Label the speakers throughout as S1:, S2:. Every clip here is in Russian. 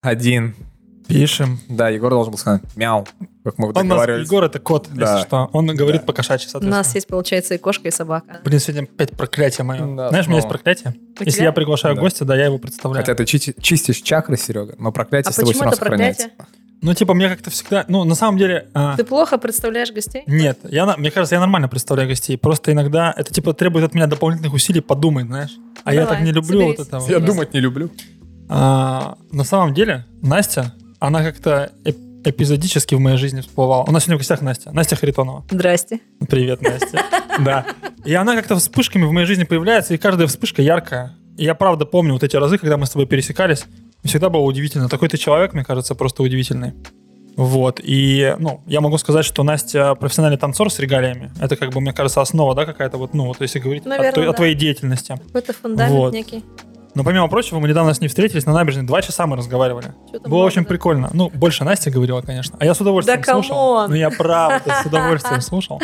S1: Один.
S2: Пишем.
S1: Да, Егор должен был сказать мяу, как мы
S2: Он нас-
S1: договаривались.
S2: Егор это кот,
S1: Да.
S2: если что. Он говорит по-кошачьи,
S3: У
S2: соответственно.
S3: нас есть, получается, и кошка, и собака.
S2: Блин, сегодня опять проклятие мое.
S1: Да,
S2: Знаешь, у меня есть
S1: снова.
S2: проклятие.
S3: У
S2: Если
S3: тебя?
S2: я приглашаю
S1: Да.
S2: гостя, да, я его представляю.
S1: Хотя ты чи- чистишь чакры, Серега, но проклятие
S3: А
S1: с тобой все
S3: почему
S1: равно
S3: это
S1: сохраняется.
S3: проклятие?
S2: Ну, типа, мне как-то всегда... Ну, на самом деле... а,
S3: Ты плохо представляешь гостей?
S2: Нет, я, на- мне кажется, я нормально представляю гостей. Просто иногда это, типа, требует от меня дополнительных усилий подумать, знаешь. А я
S3: Давай,
S2: так не люблю вот
S3: соберись.
S2: это. вот.
S3: Я думаю.
S1: не люблю.
S2: А, на самом деле, Настя, она как-то эп- эпизодически в моей жизни всплывала. У нас сегодня в гостях Настя. Настя Харитонова.
S3: Здрасте.
S2: Привет, Настя. Да. И она как-то вспышками в моей жизни появляется, и каждая вспышка яркая. И я правда помню вот эти разы, когда мы с тобой пересекались, всегда было удивительно. Такой ты человек, мне кажется, просто удивительный. Вот, и, ну, я могу сказать, что Настя профессиональный танцор с регалиями. Это, как бы, мне кажется, основа, да, какая-то вот, ну, вот если говорить о
S3: Наверное,
S2: той- о,
S3: да.
S2: твоей деятельности.
S3: Какой-то фундамент
S2: Вот.
S3: некий.
S2: Но, помимо прочего, мы недавно с ней встретились на набережной, два часа мы разговаривали.
S3: Чё там
S2: Было
S3: было,
S2: очень
S3: да?
S2: прикольно. Ну, больше Настя говорила, конечно. А я с удовольствием
S3: Да
S2: слушал.
S3: камон!
S2: Ну, я правда с удовольствием слушал.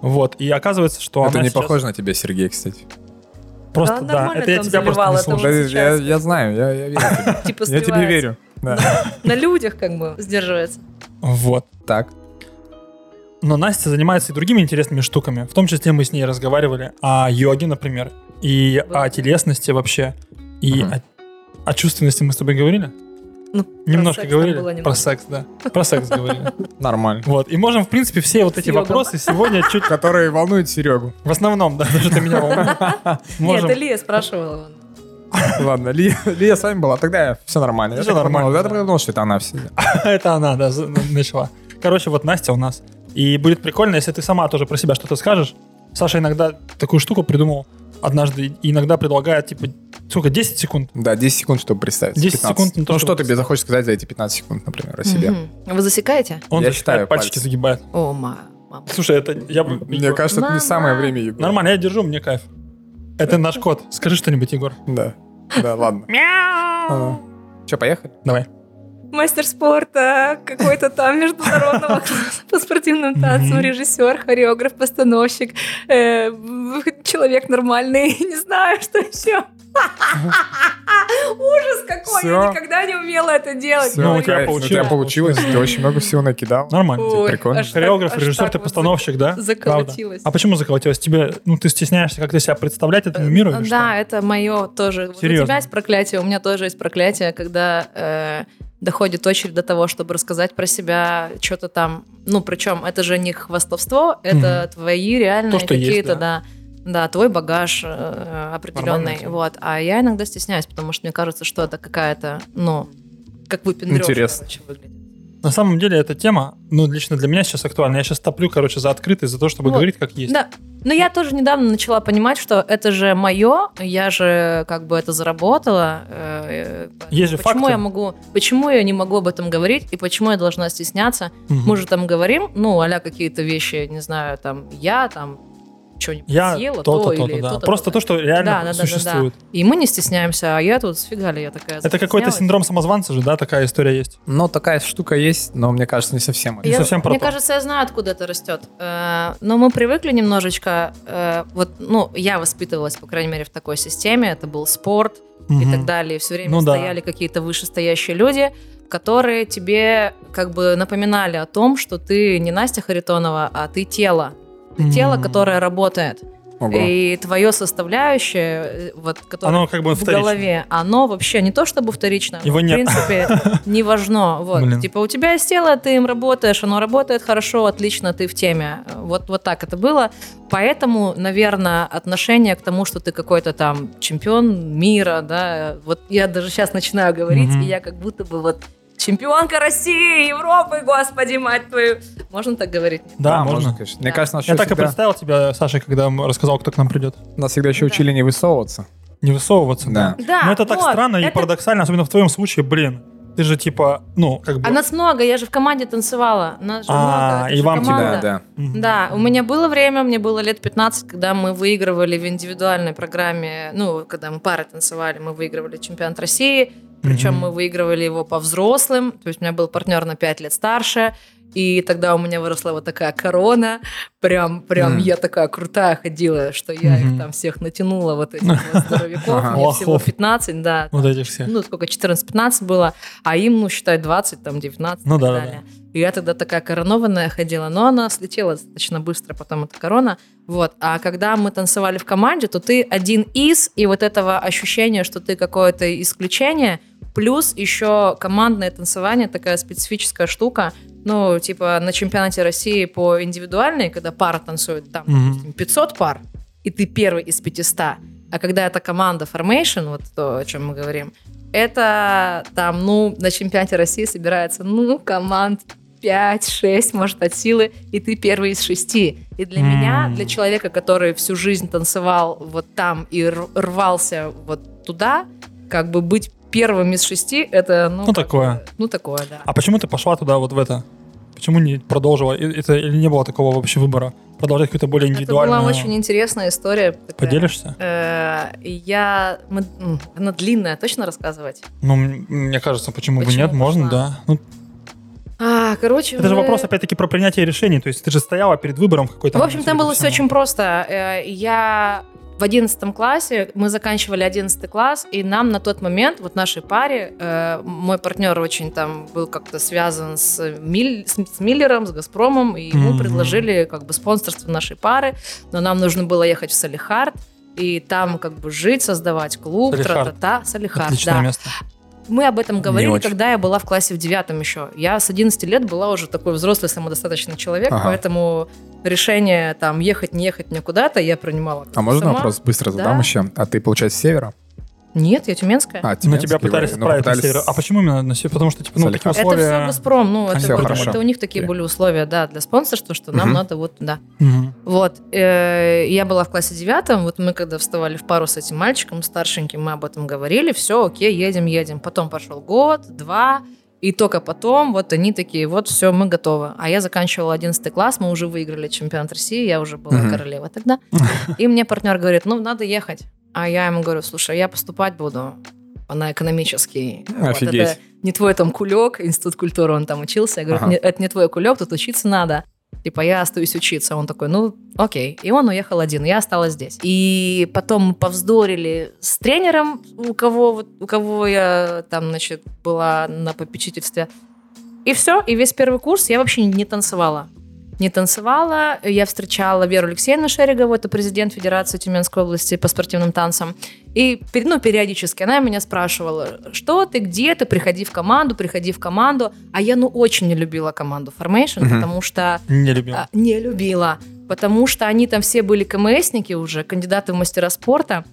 S2: Вот, и оказывается,
S1: это
S2: что Ну, а она
S1: не
S2: сейчас
S1: похоже на тебя, Сергей, кстати. Ну,
S2: Просто,
S3: Да,
S2: да,
S3: нормально
S2: это я
S3: там
S2: тебя просто
S3: заливала,
S2: не
S3: это
S2: слушал.
S1: Да,
S3: сейчас.
S1: я, я знаю, я, я верю тебе.
S3: Типа
S1: Я тебе
S3: сливается.
S1: верю. Да.
S3: На людях как бы сдерживается.
S2: Вот.
S1: Так,
S2: Но Настя занимается и другими интересными штуками. В том числе мы с ней разговаривали о йоге, например, и
S3: Да.
S2: о телесности вообще, и
S1: Мгм.
S2: о, о чувственности мы с тобой говорили?
S3: Ну,
S2: Немножко
S3: секс там
S2: говорили.
S3: было
S2: Про
S3: немного.
S2: секс, да. Про секс говорили.
S1: нормально.
S2: Вот. И можем, в принципе, все вот эти
S3: йогом.
S2: вопросы сегодня чуть
S1: Которые волнуют Серегу.
S2: В основном, да, даже ты меня волнует.
S3: Нет,
S2: Можем.
S3: Илья спрашивала.
S1: Ладно, Лия, Лия с вами была, тогда все нормально. Я
S2: Всё
S1: так подумал,
S2: нормально,
S1: Я
S2: да.
S1: так подумал, что это она всегда.
S2: Это она, да, за- начала. Короче, вот Настя у нас. И будет прикольно, если ты сама тоже про себя что-то скажешь. Саша иногда такую штуку придумал однажды, и иногда предлагает, типа, сколько, 10 секунд?
S1: Да, 10 секунд, чтобы представить.
S2: 10 секунд на то,
S1: Ну, что
S2: чтобы
S1: тебе захочешь сказать за эти 15 секунд, например, о себе?
S3: Мгм. Вы засекаете?
S2: Он
S1: Я
S2: засекает,
S1: считаю
S2: пальчики
S1: пальцы.
S2: загибает.
S3: О, ма- мама.
S2: Слушай, это я... бы-
S1: Мне
S2: Егор.
S1: кажется, это не
S3: Мама.
S1: самое время, Егор.
S2: Нормально, я держу, мне кайф. Это наш кот. Скажи что-нибудь, Егор.
S1: Да, да, ладно. А. Че, поехали?
S2: Давай.
S3: Мастер спорта какой-то там международного класса по спортивным танцам,
S2: Мгм.
S3: режиссер, хореограф, постановщик, э, человек нормальный, не знаю, что еще. Ужас какой,
S1: Всё.
S3: я никогда не умела это делать.
S1: Всё,
S2: Ну, у
S3: Ой,
S2: тебя
S1: кайф,
S2: получилось.
S1: у тебя получилось, ты очень много всего накидал.
S2: Нормально.
S3: ой,
S1: прикольно.
S3: аж так-
S2: Хореограф,
S3: аж
S2: режиссер,
S3: так
S2: ты
S3: вот
S2: постановщик, да?
S3: заколотилась.
S2: Правда. А почему заколотилась? Тебе, ну, ты стесняешься как-то себя представлять этому миру? или
S3: Э, Да,
S2: что?
S3: это мое тоже. Вот
S2: Серьезно?
S3: У тебя есть проклятие, у меня тоже есть проклятие, когда э, доходит очередь до того, чтобы рассказать про себя что-то там. Ну, причем это же не хвастовство, это твои реальные
S2: То, что есть,
S3: какие-то, да. Да, твой багаж э, определенный,
S2: Нормально.
S3: вот. А я иногда стесняюсь, потому что мне кажется, что это какая-то, ну, как выпендрёж,
S1: Интересно.
S3: короче, выглядит.
S2: На самом деле эта тема, ну, лично для меня сейчас актуальна. Я сейчас топлю, короче, за открытость, за то, чтобы
S3: Вот.
S2: говорить как есть.
S3: Да. Но я тоже недавно начала понимать, что это же мое, я же как бы это заработала. э, э,
S2: Есть же
S3: почему
S2: факты.
S3: я могу, почему я не могу об этом говорить и почему я должна стесняться?
S2: Мгм.
S3: Мы же там говорим, ну, аля какие-то вещи, не знаю, там я там что-нибудь
S2: я
S3: съела,
S2: то-то,
S3: или
S2: то-то, да.
S3: то-то,
S2: Просто
S3: то-то.
S2: то, что реально
S3: Да, да, да, да, да.
S2: существует.
S3: И мы не стесняемся, а я тут сфигали, я такая.
S2: Это какой-то
S3: застеснялась.
S2: синдром самозванца же, да, такая история есть.
S1: Ну, такая штука есть, но мне кажется, не совсем. это.
S2: не
S3: Я-
S2: совсем про
S3: мне
S2: то.
S3: кажется, я знаю, откуда это растет. Э, Но мы привыкли немножечко, э, вот, ну, я воспитывалась, по крайней мере, в такой системе, это был спорт и
S2: Мгм.
S3: так далее, все время
S2: Ну да.
S3: стояли какие-то вышестоящие люди, которые тебе как бы напоминали о том, что ты не Настя Харитонова, а ты тело. Ты
S2: М.
S3: тело, которое работает.
S1: Ого.
S3: И твое составляющее, э, вот, которое
S2: Оно как бы
S3: в
S2: вторично.
S3: голове, оно вообще не то чтобы вторично, оно,
S2: Его нет.
S3: в принципе, не важно. Вот.
S2: Блин.
S3: Типа у тебя есть тело, ты им работаешь, оно работает хорошо, отлично, ты в теме. Вот, вот так это было. Поэтому, наверное, отношение к тому, что ты какой-то там чемпион мира, да, вот я даже сейчас начинаю говорить,
S2: Мгм.
S3: и я как будто бы вот чемпионка России, Европы, господи, мать твою. Можно так говорить?
S2: Да, Ну, можно.
S1: конечно. Мне
S3: Да.
S1: кажется, нас
S2: Я
S1: еще
S2: так и
S1: всегда-
S2: представил тебя, Саша, когда м- рассказал, кто к нам придет.
S1: нас всегда еще учили не высовываться.
S2: Не высовываться.
S1: Да.
S3: Да,
S2: Но это так
S3: вот,
S2: странно и
S3: это-
S2: парадоксально, особенно в твоем случае, блин. Ты же типа, ну, как бы...
S3: А нас много, я же в команде танцевала. Нас же
S2: А,
S3: много, это
S2: и
S3: же
S2: вам тебе,
S3: команда.
S1: Да, да.
S2: Мгм.
S3: Да, у меня было время, мне было лет 15, когда мы выигрывали в индивидуальной программе, ну, когда мы пары танцевали, мы выигрывали чемпионат России, причем
S2: Мгм.
S3: мы выигрывали его по взрослым, то есть у меня был партнер на 5 лет старше, И тогда у меня выросла вот такая корона. Прям, прям
S1: Мгм.
S3: я такая крутая ходила, что я
S2: Мгм.
S3: их там всех натянула, вот этих вот здоровяков.
S1: Ага.
S3: Мне всего
S2: Лохов.
S3: 15, да.
S2: Вот этих всех.
S3: Ну, сколько, 14-15 было, а им, ну, считай, 20, там, 19
S2: Ну
S3: и так
S2: да, да,
S3: далее. И я тогда такая коронованная ходила, но она слетела достаточно быстро потом, эта корона. Вот. А когда мы танцевали в команде, то ты один из, и вот этого ощущения, что ты какое-то исключение, плюс еще командное танцевание, такая специфическая штука, ну, типа на чемпионате России по индивидуальной, когда пара танцует, там
S2: Мгм.
S3: 500 пар, и ты первый из 500. А когда это команда Formation, вот то, о чем мы говорим, это там, ну, на чемпионате России собирается, ну, команд 5-6, может, от силы, и ты первый из шести. И для
S2: М.
S3: меня, для человека, который всю жизнь танцевал вот там и р- рвался вот туда, как бы быть первым из шести, это, ну...
S2: Ну,
S3: как
S2: такое.
S3: бы, Ну, такое, да.
S2: А почему ты пошла туда вот в это? Почему не продолжила? И- Это или не было такого вообще выбора? Продолжать какую-то более
S3: Это была
S2: индивидуальную?
S3: очень интересная история. такая.
S2: Поделишься?
S3: Э, Я... мы- м, Она длинная, точно рассказывать?
S2: Ну, м- мне кажется, почему, бы
S3: Почему
S2: нет, можно,
S3: пошла?
S2: да. Ну,
S3: А, короче...
S2: это же
S3: мы-
S2: вопрос, опять-таки, про принятие решений. То есть ты же стояла перед выбором в какой-то
S3: В общем, там было все очень просто. Э, Я в 11 классе, мы заканчивали 11 класс, и нам на тот момент, вот нашей паре, э, мой партнер очень там был как-то связан с, Миль- с- с Миллером, с Газпромом, и ему
S2: Мгм.
S3: предложили как бы спонсорство нашей пары, но нам нужно было ехать в Салихард, и там как бы жить, создавать клуб,
S2: Салихард.
S3: тра-та-та, Салихард,
S2: Отличное
S3: да.
S2: место.
S3: Мы об этом говорили,
S1: очень.
S3: когда я была в классе в девятом еще. Я с 11 лет была уже такой взрослый, самодостаточный человек,
S1: Ага.
S3: поэтому решение там ехать, не ехать мне куда-то я принимала. как-то
S1: А можно
S3: сама.
S1: вопрос быстро
S3: Да.
S1: задам еще? А ты, получается, с севера?
S3: Нет, я тюменская.
S1: А,
S2: На
S1: Тюменский,
S2: тебя пытались
S1: говорю, ну,
S2: отправить на
S1: пытались-
S2: север. А почему именно на север? Потому что, типа, ну, такие
S1: Салихард.
S3: это
S2: условия...
S3: все Газпром, ну, это,
S1: Всё
S3: вот-
S1: хорошо.
S3: это у них такие были условия, да, для спонсорства, что нам
S1: Мгм.
S3: надо вот туда.
S2: Мгм.
S3: Вот, э, я была в классе девятом, вот мы когда вставали в пару с этим мальчиком старшеньким, мы об этом говорили, все, окей, едем, едем. Потом пошел год, два, и только потом вот они такие, вот все, мы готовы. А я заканчивала 11 класс, мы уже выиграли чемпионат России, я уже была
S1: Мгм.
S3: королева тогда. И мне партнер говорит, ну, надо ехать. А я ему говорю, слушай, я поступать буду на экономический. Вот
S1: Офигеть.
S3: это не твой там кулек, институт культуры, он там учился. Я говорю,
S1: Ага.
S3: «Не- это не твой кулек, тут учиться надо. Типа, я остаюсь учиться. Он такой, ну, окей. И он уехал один, я осталась здесь. И потом мы повздорили с тренером, у кого, вот- у кого я там, значит, была на попечительстве. И все, и весь первый курс я вообще не танцевала. Не танцевала. Я встречала Веру Алексеевну Шеригову, это президент Федерации Тюменской области по спортивным танцам. И пер- ну, периодически она меня спрашивала, что ты, где ты, приходи в команду, приходи в команду. А я, ну, очень не любила команду Formation,
S1: Мгм.
S3: потому что
S2: Не любил.
S3: а, не любила, потому что они там все были КМСники уже, кандидаты в мастера спорта.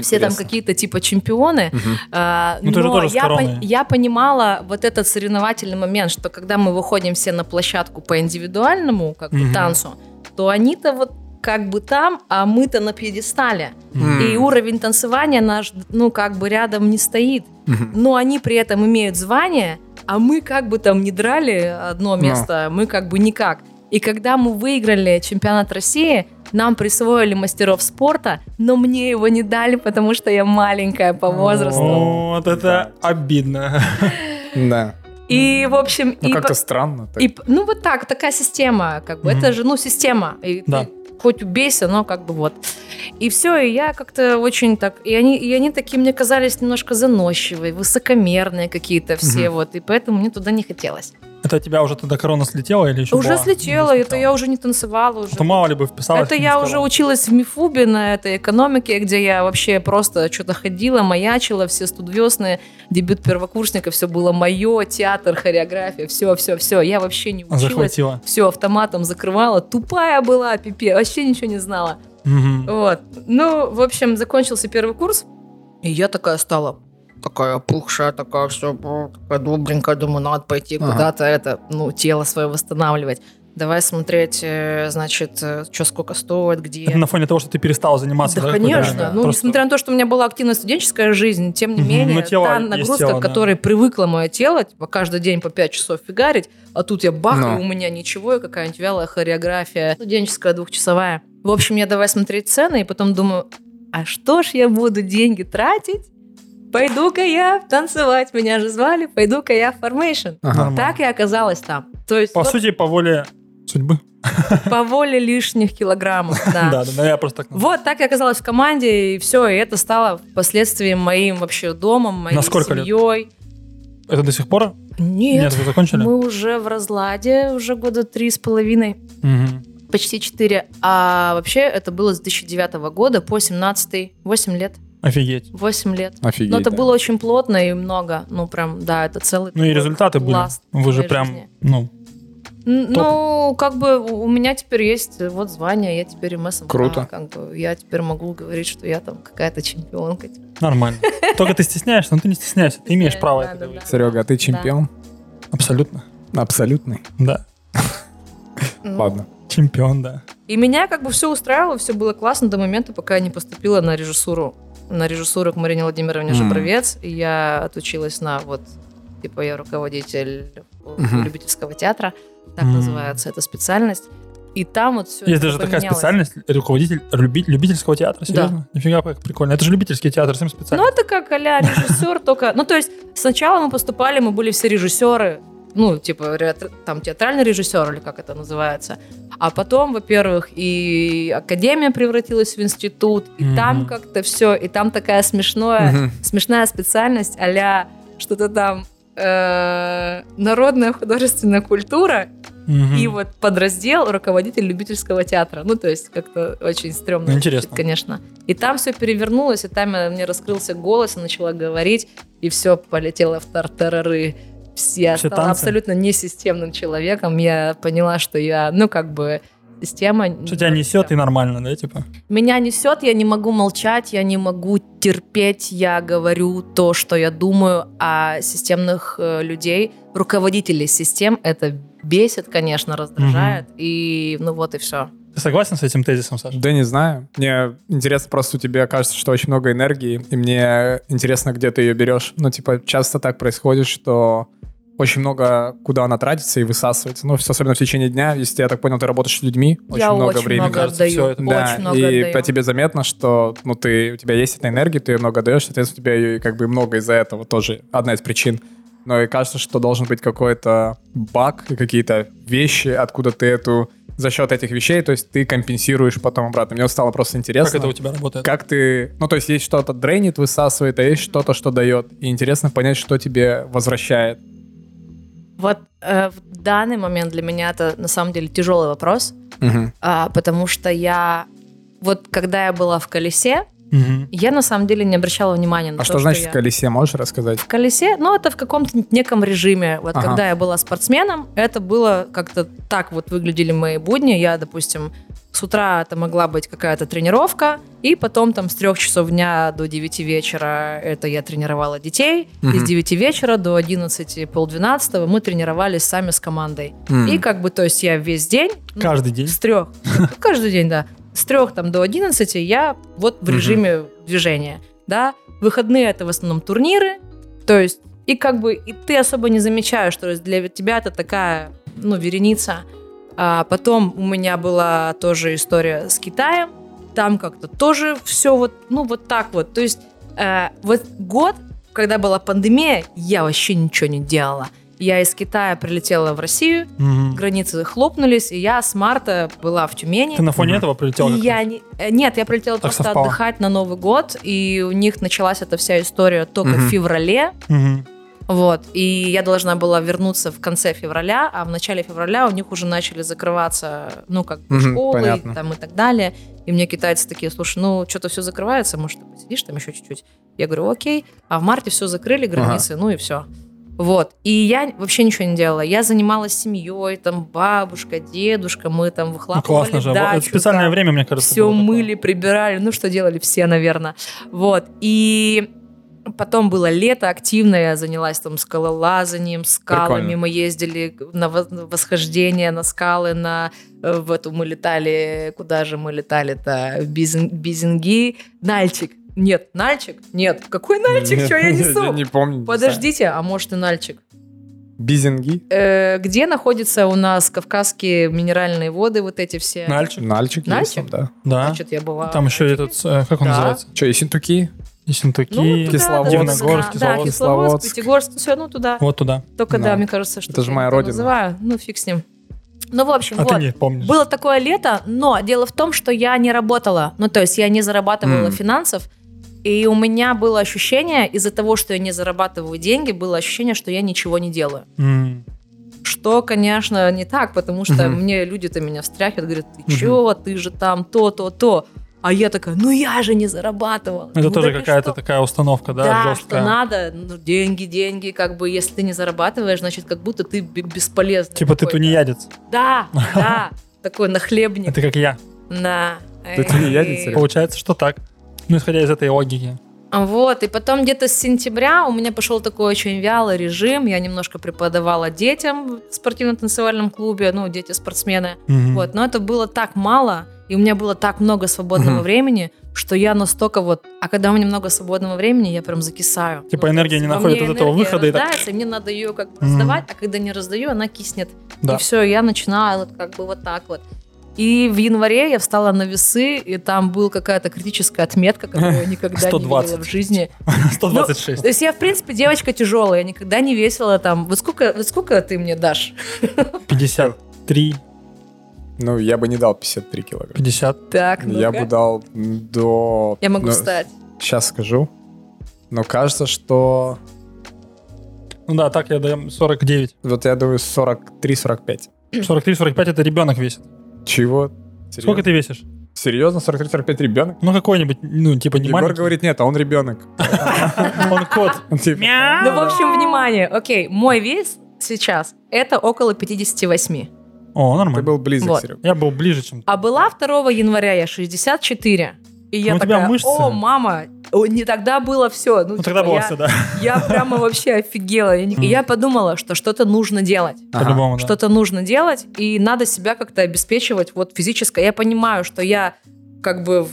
S3: Все там
S1: Интересно.
S3: какие-то типа чемпионы.
S1: Мгм.
S3: А,
S2: Ну, ты же
S3: но
S2: тоже с
S3: я,
S2: короной.
S3: пон- я понимала вот этот соревновательный момент, что когда мы выходим все на площадку по индивидуальному как бы,
S2: Мгм.
S3: танцу, то они-то вот как бы там, а мы-то на пьедестале.
S2: Мгм.
S3: И уровень танцевания наш, ну, как бы рядом не стоит.
S1: Мгм.
S3: Но они при этом имеют звание, а мы как бы там не драли одно
S1: Ну.
S3: место, а мы как бы никак. И когда мы выиграли чемпионат России, нам присвоили мастеров спорта, но мне его не дали, потому что я маленькая по возрасту.
S2: Вот это обидно.
S1: Да.
S3: И, в общем,
S1: Ну,
S3: и,
S1: как-то
S3: по-
S1: странно. так.
S3: и п- ну вот так, такая система, как бы.
S2: Мгм.
S3: Это же, ну, система. И
S2: Да.
S3: ты хоть убейся, но как бы вот. И все, и я как-то очень так... И они, и они такие мне казались немножко заносчивые, высокомерные какие-то все
S1: Мгм.
S3: вот. И поэтому мне туда не хотелось.
S2: Это у тебя уже тогда корона слетела или еще
S3: уже
S2: была?
S3: слетела, это я уже не танцевала уже.
S2: А то мало ли бы вписалась.
S3: Это
S2: и не
S3: я
S2: стала.
S3: уже училась в Мифубе на этой экономике, где я вообще просто что-то ходила, маячила, все студвесные, дебют первокурсника, все было мое, театр, хореография, все, все, все. Я вообще не училась.
S2: А захватила.
S3: Все автоматом закрывала. Тупая была, пипец, вообще ничего не знала.
S2: Мгм.
S3: Вот. Ну, в общем, закончился первый курс, и я такая стала такая пухшая, такая все, такая добренькая, думаю, надо пойти
S1: Ага.
S3: куда-то это, ну, тело свое восстанавливать. Давай смотреть, э, значит, что сколько стоит, где.
S2: Это на фоне того, что ты перестал заниматься.
S3: Да,
S2: какой-то
S3: конечно.
S2: время?
S3: Ну,
S2: Просто-
S3: несмотря на то, что у меня была активная студенческая жизнь, тем не
S2: Мгм.
S3: менее,
S2: Ну, тело
S3: та
S2: есть
S3: нагрузка,
S2: тело,
S3: к
S2: да.
S3: которой привыкло мое тело, типа каждый день по 5 часов фигарить, а тут я бах,
S1: Ну.
S3: и у меня ничего, и какая-нибудь вялая хореография, студенческая двухчасовая. В общем, я давай смотреть цены, и потом думаю, а что ж я буду деньги тратить? Пойду-ка я танцевать, меня же звали, пойду-ка я в формейшн.
S1: Ага.
S2: Нормально.
S3: Так я оказалась там. То есть
S2: По
S3: вот
S2: сути, по воле судьбы.
S3: по воле лишних килограммов,
S2: Да, да, да, я просто так...
S3: Вот так я оказалась в команде, и все, и это стало впоследствии моим вообще домом, моей
S2: На сколько лет?
S3: семьей.
S2: Это до сих пор?
S3: Нет,
S2: вы закончили?
S3: мы уже в разладе уже года три с половиной,
S2: Мгм.
S3: почти четыре. А вообще это было с 2009 года по 17 8 лет,
S2: Офигеть.
S3: 8 лет.
S1: Офигеть.
S3: Но это
S1: да.
S3: было очень плотно и много, ну прям, да, это целый...
S2: Ну и
S3: такой
S2: результаты были.
S3: пласт
S2: Вы же
S3: моей
S2: прям,
S3: жизни.
S2: ну,
S3: Н- Ну, как бы у у меня теперь есть э, вот звание, я теперь МСМ.
S1: Круто.
S3: Как бы я теперь могу говорить, что я там какая-то чемпионка. типа.
S2: нормально. Только ты стесняешься, но ты не стесняешься. Ты имеешь право это
S3: Да, да,
S2: говорить.
S3: да.
S1: Серега, а ты чемпион?
S2: Абсолютно.
S1: Абсолютный.
S2: Да.
S3: Ну,
S1: Ладно.
S2: Чемпион, да.
S3: И меня как бы все устраивало, все было классно до момента, пока я не поступила на режиссуру. На режиссуру к Марине Владимировне
S1: Мгм.
S3: Жабровец. И Я отучилась на вот, типа я руководитель
S1: Мгм.
S3: любительского театра, так
S2: М.
S3: называется эта специальность. И там вот все
S2: Есть даже такая специальность, руководитель люби- любительского театра, серьезно? Нифига как прикольно. Это же любительский театр, всем специально.
S3: Ну, это как а-ля режиссер, только... Ну, то есть сначала мы поступали, мы были все режиссеры, ну, типа, ре- там, театральный режиссер, или как это называется. А потом, во-первых, и академия превратилась в институт, и
S2: Мгм.
S3: там как-то все, и там такая смешная,
S1: Мгм.
S3: смешная специальность а-ля что-то там э, народная художественная культура
S2: Мгм.
S3: Ну, и вот подраздел руководитель любительского театра. Ну, то есть как-то очень стрёмно.
S2: Ну, интересно.
S3: звучит, конечно. И там все перевернулось, и там э, мне раскрылся голос, я начала говорить, и все полетело в тартарары. Я
S2: Все
S3: стала
S2: танцы?
S3: абсолютно несистемным человеком. Я поняла, что я, ну, как бы, система...
S2: Что тебя несет и нормально, да, типа?
S3: Меня несет, я не могу молчать, я не могу терпеть, я говорю то, что я думаю о системных э, людей, руководителей систем. Это бесит, конечно, раздражает. И ну вот и все.
S2: Ты согласен с этим тезисом, Саша?
S1: Да не знаю. Мне интересно, просто у тебя кажется, что очень много энергии, и мне интересно, где ты ее берешь. Ну, типа, часто так происходит, что очень много куда она тратится и высасывается. Ну, особенно в течение дня, если я так понял, ты работаешь с людьми, очень
S3: я
S1: много
S3: очень
S1: времени.
S3: много
S2: кажется,
S3: отдаю.
S2: всё это-
S3: Очень
S1: Да,
S3: много
S1: и
S3: отдаю.
S1: по тебе заметно, что ну, ты, у тебя есть эта энергия, ты ее много даешь, соответственно, у тебя ее и как бы много из-за этого тоже одна из причин. Но и кажется, что должен быть какой-то баг и какие-то вещи, откуда ты эту за счет этих вещей, то есть ты компенсируешь потом обратно. Мне стало просто интересно.
S2: Как это у тебя работает?
S1: Как ты... Ну, то есть есть что-то дренит, высасывает, а есть что-то, что дает. И интересно понять, что тебе возвращает.
S3: Вот э, в данный момент для меня это на самом деле тяжелый вопрос, а, потому что я вот когда я была в колесе,
S2: Мгм.
S3: я на самом деле не обращала внимания на
S1: А
S3: то,
S1: что значит
S3: я-
S1: в колесе? Можешь рассказать?
S3: в колесе, но это в каком-то неком режиме. Вот
S1: Ага.
S3: когда я была спортсменом, это было как-то так вот выглядели мои будни. Я, допустим, с утра это могла быть какая-то тренировка, и потом там с трех часов дня до 9 вечера это я тренировала детей, и с
S1: Мгм.
S3: 9 вечера до 11 полдвенадцатого мы тренировались сами с командой. И как бы, то есть я весь день... ну,
S2: Каждый день.
S3: с трех. Каждый день, да. С трех там до 11 я вот в
S1: Мгм.
S3: режиме движения. Да, выходные это в основном турниры. То есть, и как бы и ты особо не замечаешь, что для тебя это такая, ну, вереница. А потом у меня была тоже история с Китаем. Там как-то тоже все вот, ну, вот так вот. То есть, э, вот год, когда была пандемия, я вообще ничего не делала. Я из Китая прилетела в Россию,
S2: Мгм.
S3: границы хлопнулись, и я с марта была в Тюмени.
S2: Ты на фоне
S1: Мгм.
S2: этого прилетел?
S3: И
S2: как
S3: я
S2: раз?
S3: не- э, Нет, я прилетела
S2: Так
S3: просто
S2: совпало.
S3: отдыхать на Новый год, и у них началась эта вся история только
S1: Мгм.
S3: в феврале.
S2: Мгм. Ну,
S3: Вот, и я должна была вернуться в конце февраля, а в начале февраля у них уже начали закрываться, ну, как бы,
S1: Мгм,
S3: школы
S1: понятно.
S3: там, и так далее. И мне китайцы такие, слушай, ну, что-то все закрывается, может, ты посидишь там еще чуть-чуть? Я говорю, окей. А в марте все закрыли, границы, ну и все. Вот. И я вообще ничего не делала. Я занималась семьей, там бабушка, дедушка, мы там
S2: Ну,
S3: выхлопывали
S2: классно же. Вот
S3: дачу.
S2: Это специальное
S3: да.
S2: время, мне кажется.
S3: Все
S2: было такое.
S3: мыли, прибирали, ну что делали все, наверное. Вот. И потом было лето активное, я занялась там скалолазанием, скалами.
S1: Прикольно.
S3: Мы ездили на во- на восхождение, на скалы, на э, в эту мы летали, куда же мы летали-то? В Бизен- Бизинги, Нальчик. Нет, Нальчик? Нет. Какой Нальчик? Что я
S1: Я
S3: несу?
S1: не помню. не
S3: Подождите, а может и Нальчик?
S1: знаю. Бизинги?
S3: Э, Где находятся у нас кавказские минеральные воды, вот эти все?
S2: Нальчик. а?
S1: Нальчик? есть
S3: Нальчик?
S1: там, да.
S2: Да.
S3: Значит, я была...
S2: Там еще этот, э, как он
S3: Да.
S2: называется?
S1: Что, и синтуки?
S2: Ессентуки,
S3: Ну,
S1: туда Кисловодск.
S2: Дивногорск,
S3: да, да,
S2: Кисловодск.
S3: Кисловодск,
S1: Кисловодск.
S3: Пятигорск, все, ну туда.
S2: Вот туда.
S3: Только да.
S1: Да.
S3: мне кажется, что
S1: Это же
S3: я
S1: моя
S3: это
S1: родина.
S3: Называю. Ну фиг с ним. Ну в общем,
S2: А
S3: вот.
S2: ты не помнишь.
S3: Было такое лето, но дело в том, что я не работала. Ну, то есть я не зарабатывала
S1: Мгм.
S3: финансов. И у меня было ощущение, из-за того, что я не зарабатываю деньги, было ощущение, что я ничего не делаю.
S2: М.
S3: Что, конечно, не так, потому что
S1: Мгм.
S3: мне люди-то меня встряхивают, говорят, ты чё, ты же там то, то, то. А я такая, ну я же не зарабатывала.
S2: Это
S3: Ну да
S2: тоже
S3: ты
S2: какая-то
S3: что?
S2: такая установка, да,
S3: Да, что
S2: жесткая.
S3: надо, ну, деньги, деньги, как бы, если ты не зарабатываешь, значит, как будто ты б- бесполезный.
S2: Типа ты
S3: какой-то.
S2: тунеядец.
S3: Да, да, такой нахлебник.
S2: Это как я.
S3: Да.
S1: Ты тунеядец,
S3: Э,
S1: Серёг?
S2: Получается, что так. Ну, исходя из этой логики.
S3: Вот, и потом где-то с сентября у меня пошел такой очень вялый режим. Я немножко преподавала детям в спортивно-танцевальном клубе, ну, дети-спортсмены.
S2: Мгм.
S3: Вот, но это было так мало, и у меня было так много свободного
S1: Мгм.
S3: времени, что я настолько вот... А когда у меня много свободного времени, я прям закисаю.
S2: Типа
S3: Ну,
S2: энергия
S3: то есть
S2: не
S3: во
S2: находит
S3: мне
S2: вот этого
S3: энергия
S2: выхода и так-
S3: рождается, и мне надо ее как бы
S2: Мгм.
S3: раздавать, а когда не раздаю, она киснет.
S2: Да.
S3: И все, я начинаю вот как бы вот так вот. И в январе я встала на весы, и там была какая-то критическая отметка, которую я никогда
S2: 120.
S3: не видела в жизни.
S2: 126.
S3: То есть я, в принципе, девочка тяжелая, я никогда не весила там. Вот сколько, вот сколько ты мне дашь?
S2: 53.
S1: Ну, я бы не дал 53 килограмма.
S2: 50.
S3: Так, ну
S1: Я бы дал м, до...
S3: Я могу
S1: ну,
S3: встать.
S1: Сейчас скажу. Но кажется, что...
S2: Ну да, так я дам 49.
S1: Вот я думаю, 43-45.
S2: 43-45 это ребенок весит.
S1: Чего?
S2: Сколько ты весишь?
S1: Серьезно? 43-45 ребенок?
S2: Ну, какой-нибудь, ну, типа не
S1: Егор
S2: маленький.
S1: говорит, нет, а он ребенок.
S2: Он кот.
S1: Он типа,
S3: Ну, в
S2: А.
S3: общем, внимание. Окей, мой вес сейчас это около 58.
S2: О,
S1: Ты
S2: нормально.
S1: был близок,
S3: Вот.
S1: Серег.
S2: Я был ближе, чем ты.
S3: А была 2 января я 64. И я
S2: Ну, у тебя
S3: такая,
S2: мышцы.
S3: о, мама, О, не тогда было все.
S2: Ну, тогда было
S3: я,
S2: все, да.
S3: Я прямо вообще офигела. Я не- И я подумала, что что-то нужно делать.
S1: Ага.
S2: По-любому, Ну да.
S3: Что-то нужно делать, и надо себя как-то обеспечивать вот физически. Я понимаю, что я как бы в,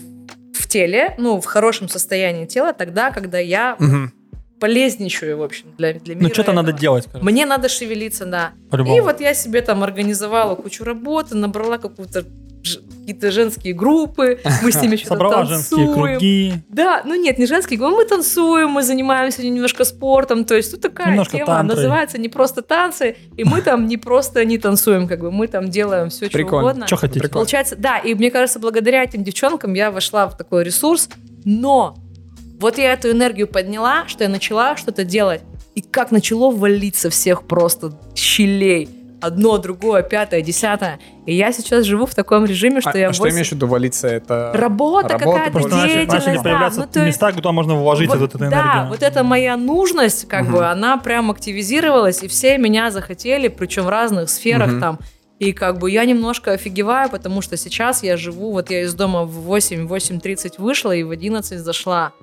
S3: в теле, ну, в хорошем состоянии тела тогда, когда я
S1: Мгм.
S3: полезничаю, в общем, для, для мира
S2: Ну, что-то надо
S3: этого.
S2: делать, короче.
S3: Мне надо шевелиться, да.
S2: По-любому.
S3: И вот я себе там организовала кучу работы, набрала какую-то ж- какие-то женские группы, мы с ними что-то
S2: Собрала
S3: танцуем.
S2: женские круги.
S3: Да, ну нет, не женские группы, мы танцуем, мы занимаемся немножко спортом, то есть тут такая
S2: Немножко
S3: тема,
S2: тантрой.
S3: называется не просто танцы, и мы там не просто не танцуем, как бы мы там делаем все, что
S1: Прикольно.
S3: угодно.
S2: Что хотите?
S1: Прикольно.
S3: Получается, да, и мне кажется, благодаря этим девчонкам я вошла в такой ресурс, но вот я эту энергию подняла, что я начала что-то делать, и как начало валиться всех просто щелей. Одно, другое, пятое, десятое. И я сейчас живу в таком режиме, что
S1: А-
S3: я
S1: а что
S3: восемь-
S1: имеешь в виду валиться? Это...
S3: Работа,
S1: Работа,
S3: какая-то,
S2: Просто
S1: Больше
S2: начали,
S3: деятельность.
S2: начали
S3: да,
S2: появляться
S3: ну, то есть-
S2: места, куда можно вложить
S3: вот-
S2: вот, эту
S3: Да,
S2: энергию.
S3: вот эта моя нужность, как
S1: Мгм.
S3: бы, она прям активизировалась, и все меня захотели, причем в разных сферах
S1: Мгм.
S3: там. И как бы я немножко офигеваю, потому что сейчас я живу, вот я из дома в 8, 8.30 вышла и в 11 зашла.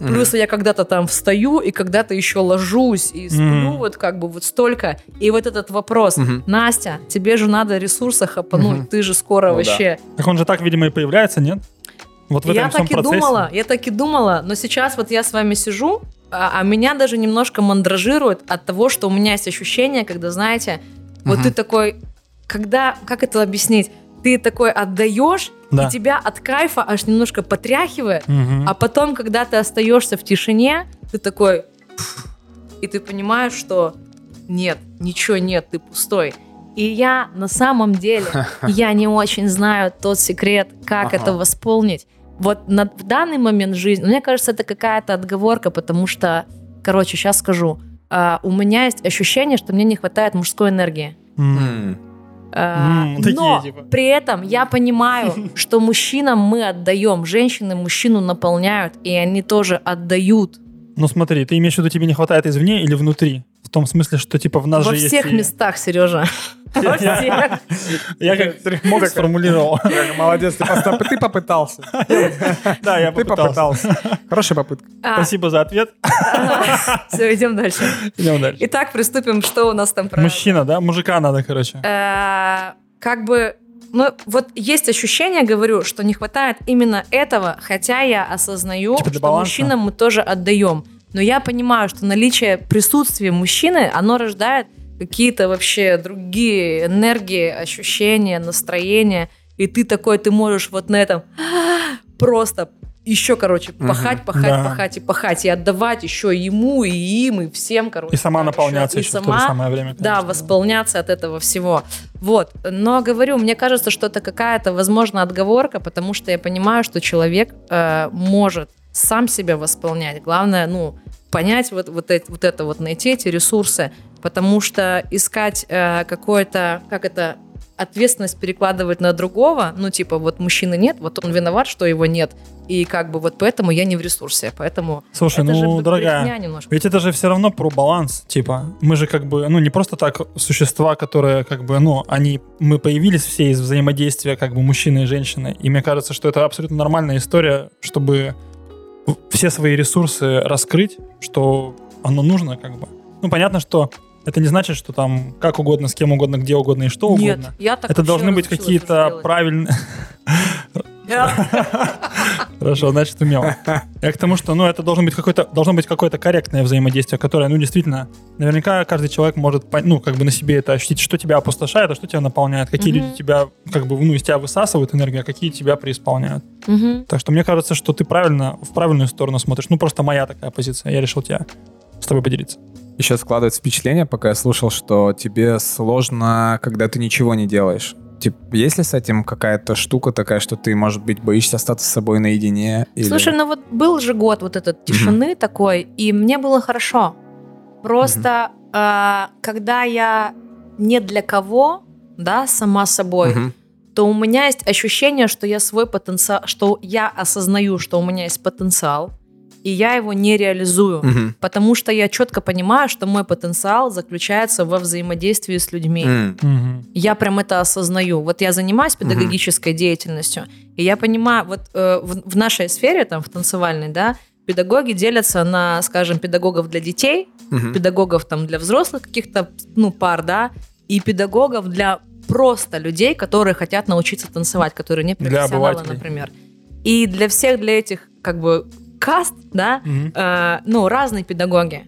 S1: Мгм.
S3: Плюс я когда-то там встаю и когда-то еще ложусь и сплю
S2: Мгм.
S3: вот как бы вот столько. И вот этот вопрос,
S1: Мгм.
S3: Настя, тебе же надо ресурса хапануть,
S1: Мгм.
S3: ты же
S1: Ну
S3: скоро
S1: да.
S3: вообще
S2: Так он же так, видимо, и появляется, нет? Вот в этом
S3: я
S2: всем
S3: так и
S2: процессе.
S3: думала, я так и думала, но сейчас вот я с вами сижу, а, а меня даже немножко мандражирует от того, что у меня есть ощущение, когда, знаете, вот
S1: Мгм.
S3: ты такой, когда, как это объяснить, ты такой отдаешь,
S2: Да.
S3: и тебя от кайфа аж немножко потряхивает,
S2: Мгм.
S3: а потом, когда ты остаешься в тишине, ты такой, «Пф», и ты понимаешь, что нет, ничего нет, ты пустой. И я на самом деле, я не очень знаю тот секрет, как
S1: Ага.
S3: это восполнить. Вот на, в данный момент жизни, мне кажется, это какая-то отговорка, потому что, короче, сейчас скажу, А, у меня есть ощущение, что мне не хватает мужской энергии.
S2: М.
S1: М.
S3: А,
S2: М, такие,
S3: но
S2: типа.
S3: при этом я понимаю, что мужчинам мы отдаем, женщины мужчину наполняют, и они тоже отдают
S2: Ну смотри, ты имеешь в виду, тебе не хватает извне или внутри? В том смысле, что типа в нас
S3: во
S2: же есть...
S3: всех
S2: и-
S3: местах, Сережа. Во всех.
S2: Я как мог сформулировал.
S1: Молодец, ты поста- ты попытался.
S2: Да, я
S1: Ты
S2: попытался.
S1: попытался. Хорошая попытка.
S3: А,
S2: Спасибо за ответ.
S3: Все, идем А, дальше.
S2: Идем дальше.
S3: Итак, приступим, что у нас там про...
S2: Мужчина, да? Мужика надо, короче.
S3: Э, Как бы... Ну, вот есть ощущение, говорю, что не хватает именно этого, хотя я осознаю,
S2: Типа для
S3: что
S2: баланса?
S3: мужчинам мы тоже отдаем. Но я понимаю, что наличие присутствия мужчины, оно рождает какие-то вообще другие энергии, ощущения, настроения. И ты такой, ты можешь вот на этом просто еще, короче,
S1: Мгм.
S3: пахать, пахать,
S2: Да.
S3: пахать и пахать, и отдавать еще ему, и им, и всем, короче.
S2: И сама
S3: короче.
S2: наполняться
S3: И
S2: еще в то же
S3: сама
S2: самое время.
S3: да,
S2: конечно.
S3: восполняться от этого всего. Вот. Но говорю, мне кажется, что это какая-то, возможно, отговорка, потому что я понимаю, что человек э, может сам себя восполнять. Главное, ну, понять вот, вот, эт- вот это вот, найти эти ресурсы, потому что искать э, какое-то, как это, ответственность перекладывать на другого, ну, типа, вот мужчины нет, вот он виноват, что его нет, и как бы вот поэтому я не в ресурсе, поэтому...
S2: Слушай,
S3: это же
S2: ну,
S3: б-
S2: дорогая,
S3: брехня немножко.
S2: Ведь это же все равно про баланс, типа. Мы же как бы, ну, не просто так существа, которые как бы, ну, они, мы появились все из взаимодействия как бы мужчины и женщины. И мне кажется, что это абсолютно нормальная история, чтобы в- все свои ресурсы раскрыть, что оно нужно как бы. Ну, понятно, что это не значит, что там как угодно, с кем угодно, где угодно и что
S3: Нет,
S2: угодно.
S3: я так
S2: это
S3: вообще
S2: должны быть
S3: разучилась
S2: какие-то
S3: уже делать.
S2: правильные... Хорошо, значит, умел. Я к тому, что ну, это должно быть какое-то должно быть какое-то корректное взаимодействие, которое, ну, действительно, наверняка каждый человек может, пон- ну, как бы на себе это ощутить, что тебя опустошает, а что тебя наполняет, какие
S3: Мгм.
S2: люди тебя, как бы, ну, из тебя высасывают энергию, а какие тебя преисполняют.
S3: Мгм.
S2: Так что мне кажется, что ты правильно, в правильную сторону смотришь. Ну, просто моя такая позиция, я решил тебя с тобой поделиться.
S1: Еще складывается впечатление, пока я слушал, что тебе сложно, когда ты ничего не делаешь. Типа, есть ли с этим какая-то штука такая, что ты, может быть, боишься остаться с собой наедине? Или...
S3: Слушай, ну вот был же год вот этот тишины такой, и мне было хорошо. Просто а, когда я не для кого, да, сама собой,
S1: Мгм.
S3: то у меня есть ощущение, что я свой потенциал, что я осознаю, что у меня есть потенциал, и я его не реализую.
S1: Мгм.
S3: Потому что я четко понимаю, что мой потенциал заключается во взаимодействии с людьми.
S1: М.
S2: Мгм.
S3: Я прям это осознаю. Вот я занимаюсь
S1: Мгм.
S3: педагогической деятельностью, и я понимаю, вот э, в, в нашей сфере, там, в танцевальной, да, педагоги делятся на, скажем, педагогов для детей,
S1: Мгм.
S3: педагогов там для взрослых каких-то, ну, пар, да, и педагогов для просто людей, которые хотят научиться танцевать, которые не
S2: Для
S3: профессионалы,
S2: обывателей.
S3: например. И для всех, для этих, как бы, каст, да,
S2: Мгм.
S3: э, ну, разные педагоги.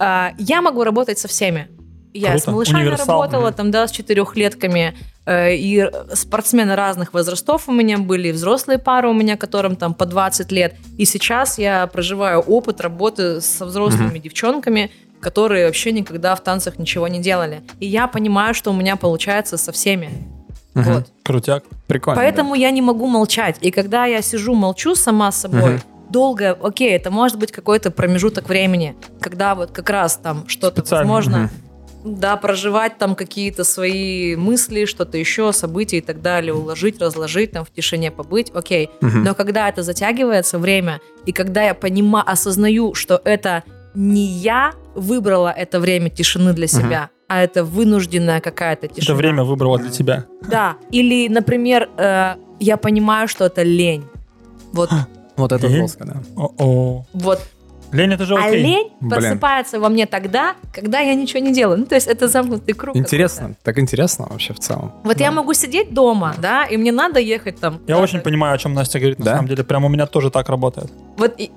S3: А, я могу работать со всеми. Я
S2: Круто.
S3: с малышами
S2: Универсал,
S3: работала,
S2: мгм.
S3: там, да, с четырехлетками. э, И спортсмены разных возрастов у меня были, и взрослые пары у меня, которым там по 20 лет. И сейчас я проживаю опыт работы со взрослыми девчонками, которые вообще никогда в танцах ничего не делали. И я понимаю, что у меня получается со всеми.
S1: Мгм.
S3: Вот.
S2: Крутяк.
S1: Прикольно.
S3: Поэтому я не могу молчать. И когда я сижу, молчу сама с собой,
S1: Мгм.
S3: долго, окей, это может быть какой-то промежуток времени, когда вот как раз там что-то
S2: Специально,
S3: возможно, да, проживать там какие-то свои мысли, что-то еще, события и так далее, уложить, разложить, там в тишине побыть, окей.
S1: да. Мгм.
S3: Но когда это затягивается время, и когда я понимаю, осознаю, что это не я выбрала это время тишины для себя, а это вынужденная какая-то тишина.
S2: Это время выбрало для тебя.
S3: Да. Или, например, э, я понимаю, что это лень. Вот,
S1: Вот это
S2: Лень?
S1: жестко, да.
S2: О-о.
S3: вот.
S2: Лень, это же
S3: А
S2: окей.
S3: лень
S1: Блин.
S3: просыпается во мне тогда, когда я ничего не делаю. Ну, то есть это замкнутый круг.
S1: Интересно. Так интересно вообще в целом.
S3: какой-то. Вот я
S2: Да. могу
S3: могу сидеть дома, да, и мне надо ехать там.
S2: Я
S3: Да,
S2: очень
S3: как-
S2: понимаю, о чем Настя говорит, на
S1: Да?
S2: самом деле. Прям у меня тоже так работает.
S3: Вот и-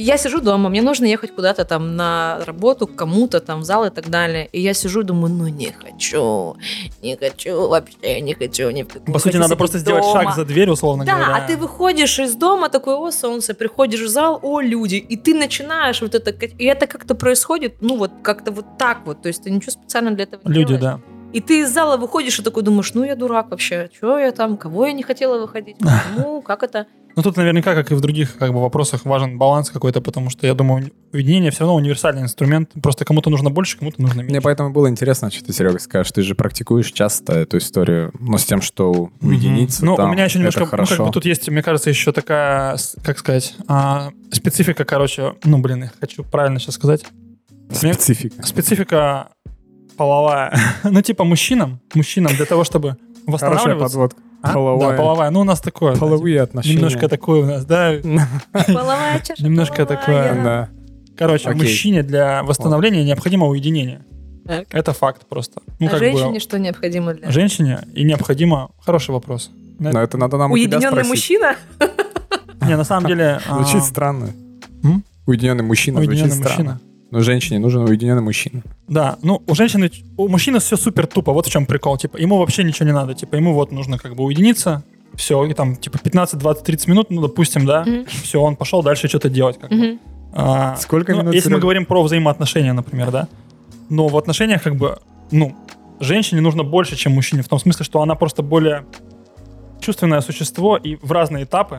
S3: я сижу дома, мне нужно ехать куда-то там на работу, к кому-то там в зал и так далее. И я сижу, думаю, ну не хочу, не хочу, вообще не хочу. Не,
S2: По сути, надо просто сделать шаг за дверь, условно
S3: Да,
S2: говоря.
S3: а ты выходишь из дома, такой, о, солнце, приходишь в зал, о, люди, и ты начинаешь вот это, кат- и это как-то происходит, ну, вот как-то вот так вот, то есть ты ничего специально для этого не
S2: Люди,
S3: делаешь.
S2: да.
S3: И ты из зала выходишь и такой думаешь, ну, я дурак вообще, чего я там, кого я не хотела выходить, ну, как это?
S2: Ну тут наверняка, как и в других как бы, вопросах, важен баланс какой-то, потому что я думаю, уединение все равно универсальный инструмент. Просто кому-то нужно больше, кому-то нужно
S1: Мне
S2: меньше.
S1: поэтому было интересно, что ты, Серега, скажешь. Ты же практикуешь часто эту историю, но с тем, что уединиться
S2: Ну,
S1: там,
S2: у меня еще немножко,
S1: это
S2: ну, как
S1: хорошо.
S2: бы тут есть, мне кажется, еще такая, с- как сказать, а, специфика, короче, ну, блин, я хочу правильно сейчас сказать. мне-
S1: Специфика.
S2: Специфика половая. ну, типа мужчинам, мужчинам для того, чтобы
S1: Хорошая
S2: восстанавливаться.
S1: подводка.
S2: А?
S1: Половая.
S2: Да, половая. Ну, у нас такое. да,
S1: Половые отношения.
S2: Немножко такое у нас, да.
S3: Половая чаша,
S2: Немножко
S3: половая.
S2: такое,
S1: Да.
S2: Короче,
S1: Окей.
S2: мужчине для восстановления необходимо уединение.
S3: Так.
S2: Это факт просто. Ну,
S3: А
S2: как
S3: женщине
S2: бы,
S3: что необходимо для...
S2: женщине и необходимо... Хороший вопрос. Да.
S3: Э,
S1: Но Ну, это надо
S2: а
S1: нам у тебя
S3: Уединенный
S1: спросить.
S3: мужчина?
S2: Не, на самом деле... а,
S1: Звучит странно.
S2: М?
S1: Уединенный мужчина
S2: Уединенный
S1: звучит
S2: мужчина.
S1: странно. Но женщине нужен уединенный мужчина.
S2: Да, ну у женщины, у мужчины все супер тупо, вот в чем прикол, типа, ему вообще ничего не надо, типа, ему вот нужно как бы уединиться, все, и там типа 15, 20, 30 минут, ну, допустим, да,
S3: Мгм.
S2: все, он пошел дальше что-то делать. Как бы.
S3: Мгм.
S2: А,
S1: Сколько
S2: ну,
S1: минут,
S2: Если мы
S1: Серега?
S2: говорим про взаимоотношения, например, да, но в отношениях как бы, ну, женщине нужно больше, чем мужчине, в том смысле, что она просто более чувственное существо, и в разные этапы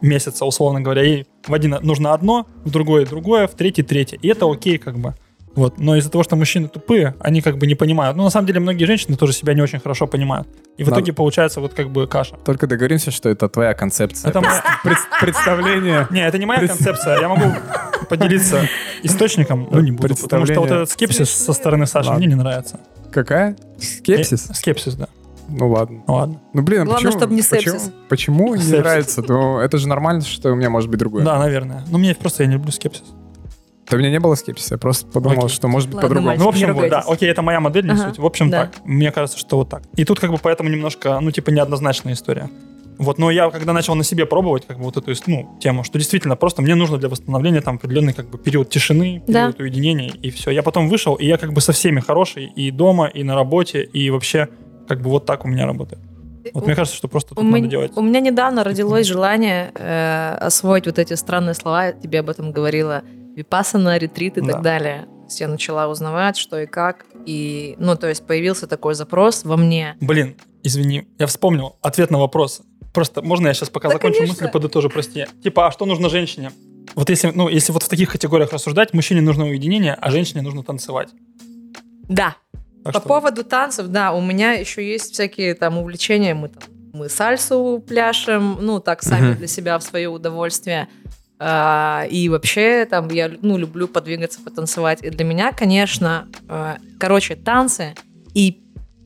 S2: месяца, условно говоря, ей в один нужно одно, в другое другое, в третий третье, и это окей как бы. Вот. Но из-за того, что мужчины тупые, они как бы не понимают. Ну, на самом деле, многие женщины тоже себя не очень хорошо понимают. И в
S1: Надо-
S2: итоге получается вот как бы каша.
S1: Только договоримся, что это твоя концепция.
S2: Это моя-
S1: Пред- Представление.
S2: Не, это не моя
S1: Пред-
S2: концепция. Я могу поделиться источником, но Ну, не буду, потому что
S1: Представление.
S2: вот этот скепсис со стороны Саши
S1: Ладно.
S2: мне не нравится.
S1: Какая? Скепсис?
S2: Э, Скепсис, да.
S1: Ну ладно.
S2: Ну Ладно.
S1: Ну блин, а
S3: Главное,
S1: почему-
S3: чтобы не
S1: почему-
S3: сепсис.
S1: Почему не
S2: Сепсис.
S1: нравится? Ну, это же нормально, что у меня может быть другое.
S2: Да, наверное. Но мне просто я не люблю скепсис.
S1: Да у меня не было скепсиса, я просто подумал,
S2: Окей.
S1: что может быть
S3: Ладно,
S1: по-другому.
S3: мальчик.
S2: Ну, в
S3: не
S2: общем, вот, да.
S3: ругайтесь.
S2: Окей, это моя модель, не
S3: Ага,
S2: суть. В общем,
S3: да.
S2: так. Мне кажется, что вот так. И тут как бы поэтому немножко, ну, типа, неоднозначная история. Вот, но я когда начал на себе пробовать как бы вот эту, ну, тему, что действительно просто мне нужно для восстановления там определенный как бы период тишины,
S3: Да.
S2: период уединения и все. Я потом вышел, и я как бы со всеми хороший и дома, и на работе, и вообще как бы вот так у меня работает. Вот мне кажется, что просто
S3: У
S2: тут надо
S3: мен-
S2: делать.
S3: у меня недавно родилось желание э, освоить вот эти странные слова, я тебе об этом говорила, випасана, ретрит и
S2: Да.
S3: так далее. То есть я начала узнавать, что и как, и, ну, то есть появился такой запрос во мне.
S2: Блин, извини, я вспомнил ответ на вопрос. Просто можно я сейчас пока
S3: Да,
S2: закончу
S3: конечно.
S2: мысль, подытожу, прости. Типа, а что нужно женщине? Вот если, ну, если вот в таких категориях рассуждать, мужчине нужно уединение, а женщине нужно танцевать.
S3: Да.
S2: Так
S3: По
S2: А что-
S3: поводу танцев, да, у меня еще есть всякие там увлечения. Мы, там, мы сальсу пляшем, ну, так сами
S1: Мгм.
S3: для себя в свое удовольствие. А, и вообще, там, я, ну, люблю подвигаться, потанцевать. И для меня, конечно, э, короче, танцы и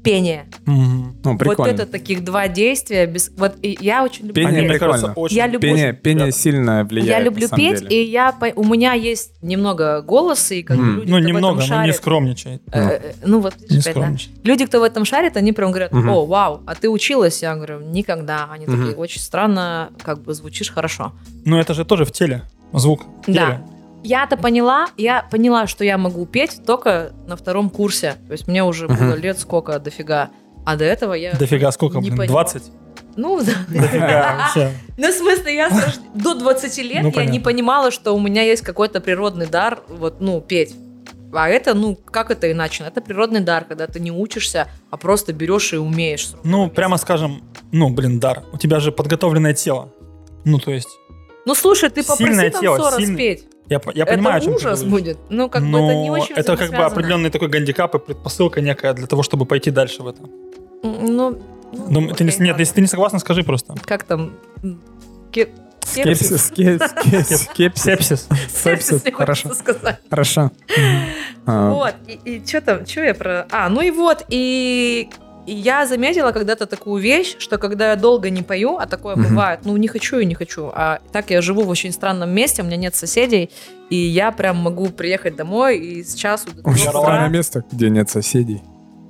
S3: пение.
S2: Мгм.
S1: Ну, прикольно.
S3: Вот это таких два действия. Без... Вот и я очень люблю...
S1: Пение
S2: Они, мне
S1: прикольно.
S2: кажется, очень...
S3: Я люблю-
S1: Пение, пение
S2: Ребята.
S1: сильно влияет.
S3: Я
S1: на
S3: люблю
S1: самом
S3: петь,
S1: деле.
S3: и я по- у меня есть немного голоса, и как бы
S1: Мгм.
S3: люди,
S2: Ну,
S3: кто в
S2: немного,
S3: этом
S2: но не
S3: шарит,
S2: скромничает.
S3: э, э, ну вот,
S2: Не
S3: опять, да.
S2: скромничает.
S3: люди, кто в этом шарит, они прям говорят,
S1: Мгм.
S3: о, вау, а ты училась? Я говорю, никогда. Они
S1: Мгм.
S3: такие, очень странно, как бы звучишь хорошо.
S2: Но это же тоже в теле. Звук. в
S3: Да.
S2: теле.
S3: Я-то поняла, я поняла, что я могу петь только на втором курсе. То есть мне уже
S1: Мгм.
S3: было лет сколько, дофига. А до этого я...
S2: Дофига сколько,
S3: Не
S2: блин,
S3: понимаю.
S2: 20?
S3: Ну, да.
S2: Дофига вообще.
S3: Ну, в смысле, я с рож- до 20 лет
S2: Ну,
S3: я
S2: понятно.
S3: не понимала, что у меня есть какой-то природный дар, вот, ну, петь. А это, ну, как это иначе? Это природный дар, когда ты не учишься, а просто берешь и умеешь. с рук
S2: Ну,
S3: на месте.
S2: прямо скажем, ну, блин, дар. У тебя же подготовленное тело. Ну, то есть,
S3: Ну, слушай, ты попроси
S2: сильное тело,
S3: танцора
S2: сильный-
S3: спеть.
S2: я, по- я понимаю, о
S3: это
S2: чем ты
S3: ужас
S2: говоришь.
S3: будет. Ну, как бы
S2: Но
S3: это не очень
S2: это как бы
S3: взаимосвязано.
S2: определенный такой гандикап и предпосылка некая для того, чтобы пойти дальше в этом.
S3: М, Ну, ну,
S2: Ну, ты не-
S3: окей,
S2: нет,
S3: ладно.
S2: если ты не согласна, скажи просто.
S3: Как там? М, ке-
S1: Скепсис,
S3: Скепсис.
S1: скепсис, скепсис, скепсис.
S2: Сепсис.
S3: Скепсис, не
S1: Хорошо.
S3: хочется сказать.
S1: Хорошо. А,
S3: Вот, и, что там, что я про... А, ну и вот, и... и я заметила когда-то такую вещь, что когда я долго не пою, а такое
S1: Мгм.
S3: бывает, ну не хочу и не хочу, а так я живу в очень странном месте, у меня нет соседей, и я прям могу приехать домой и сейчас...
S1: Очень
S2: Здорово.
S1: странное место, где нет соседей.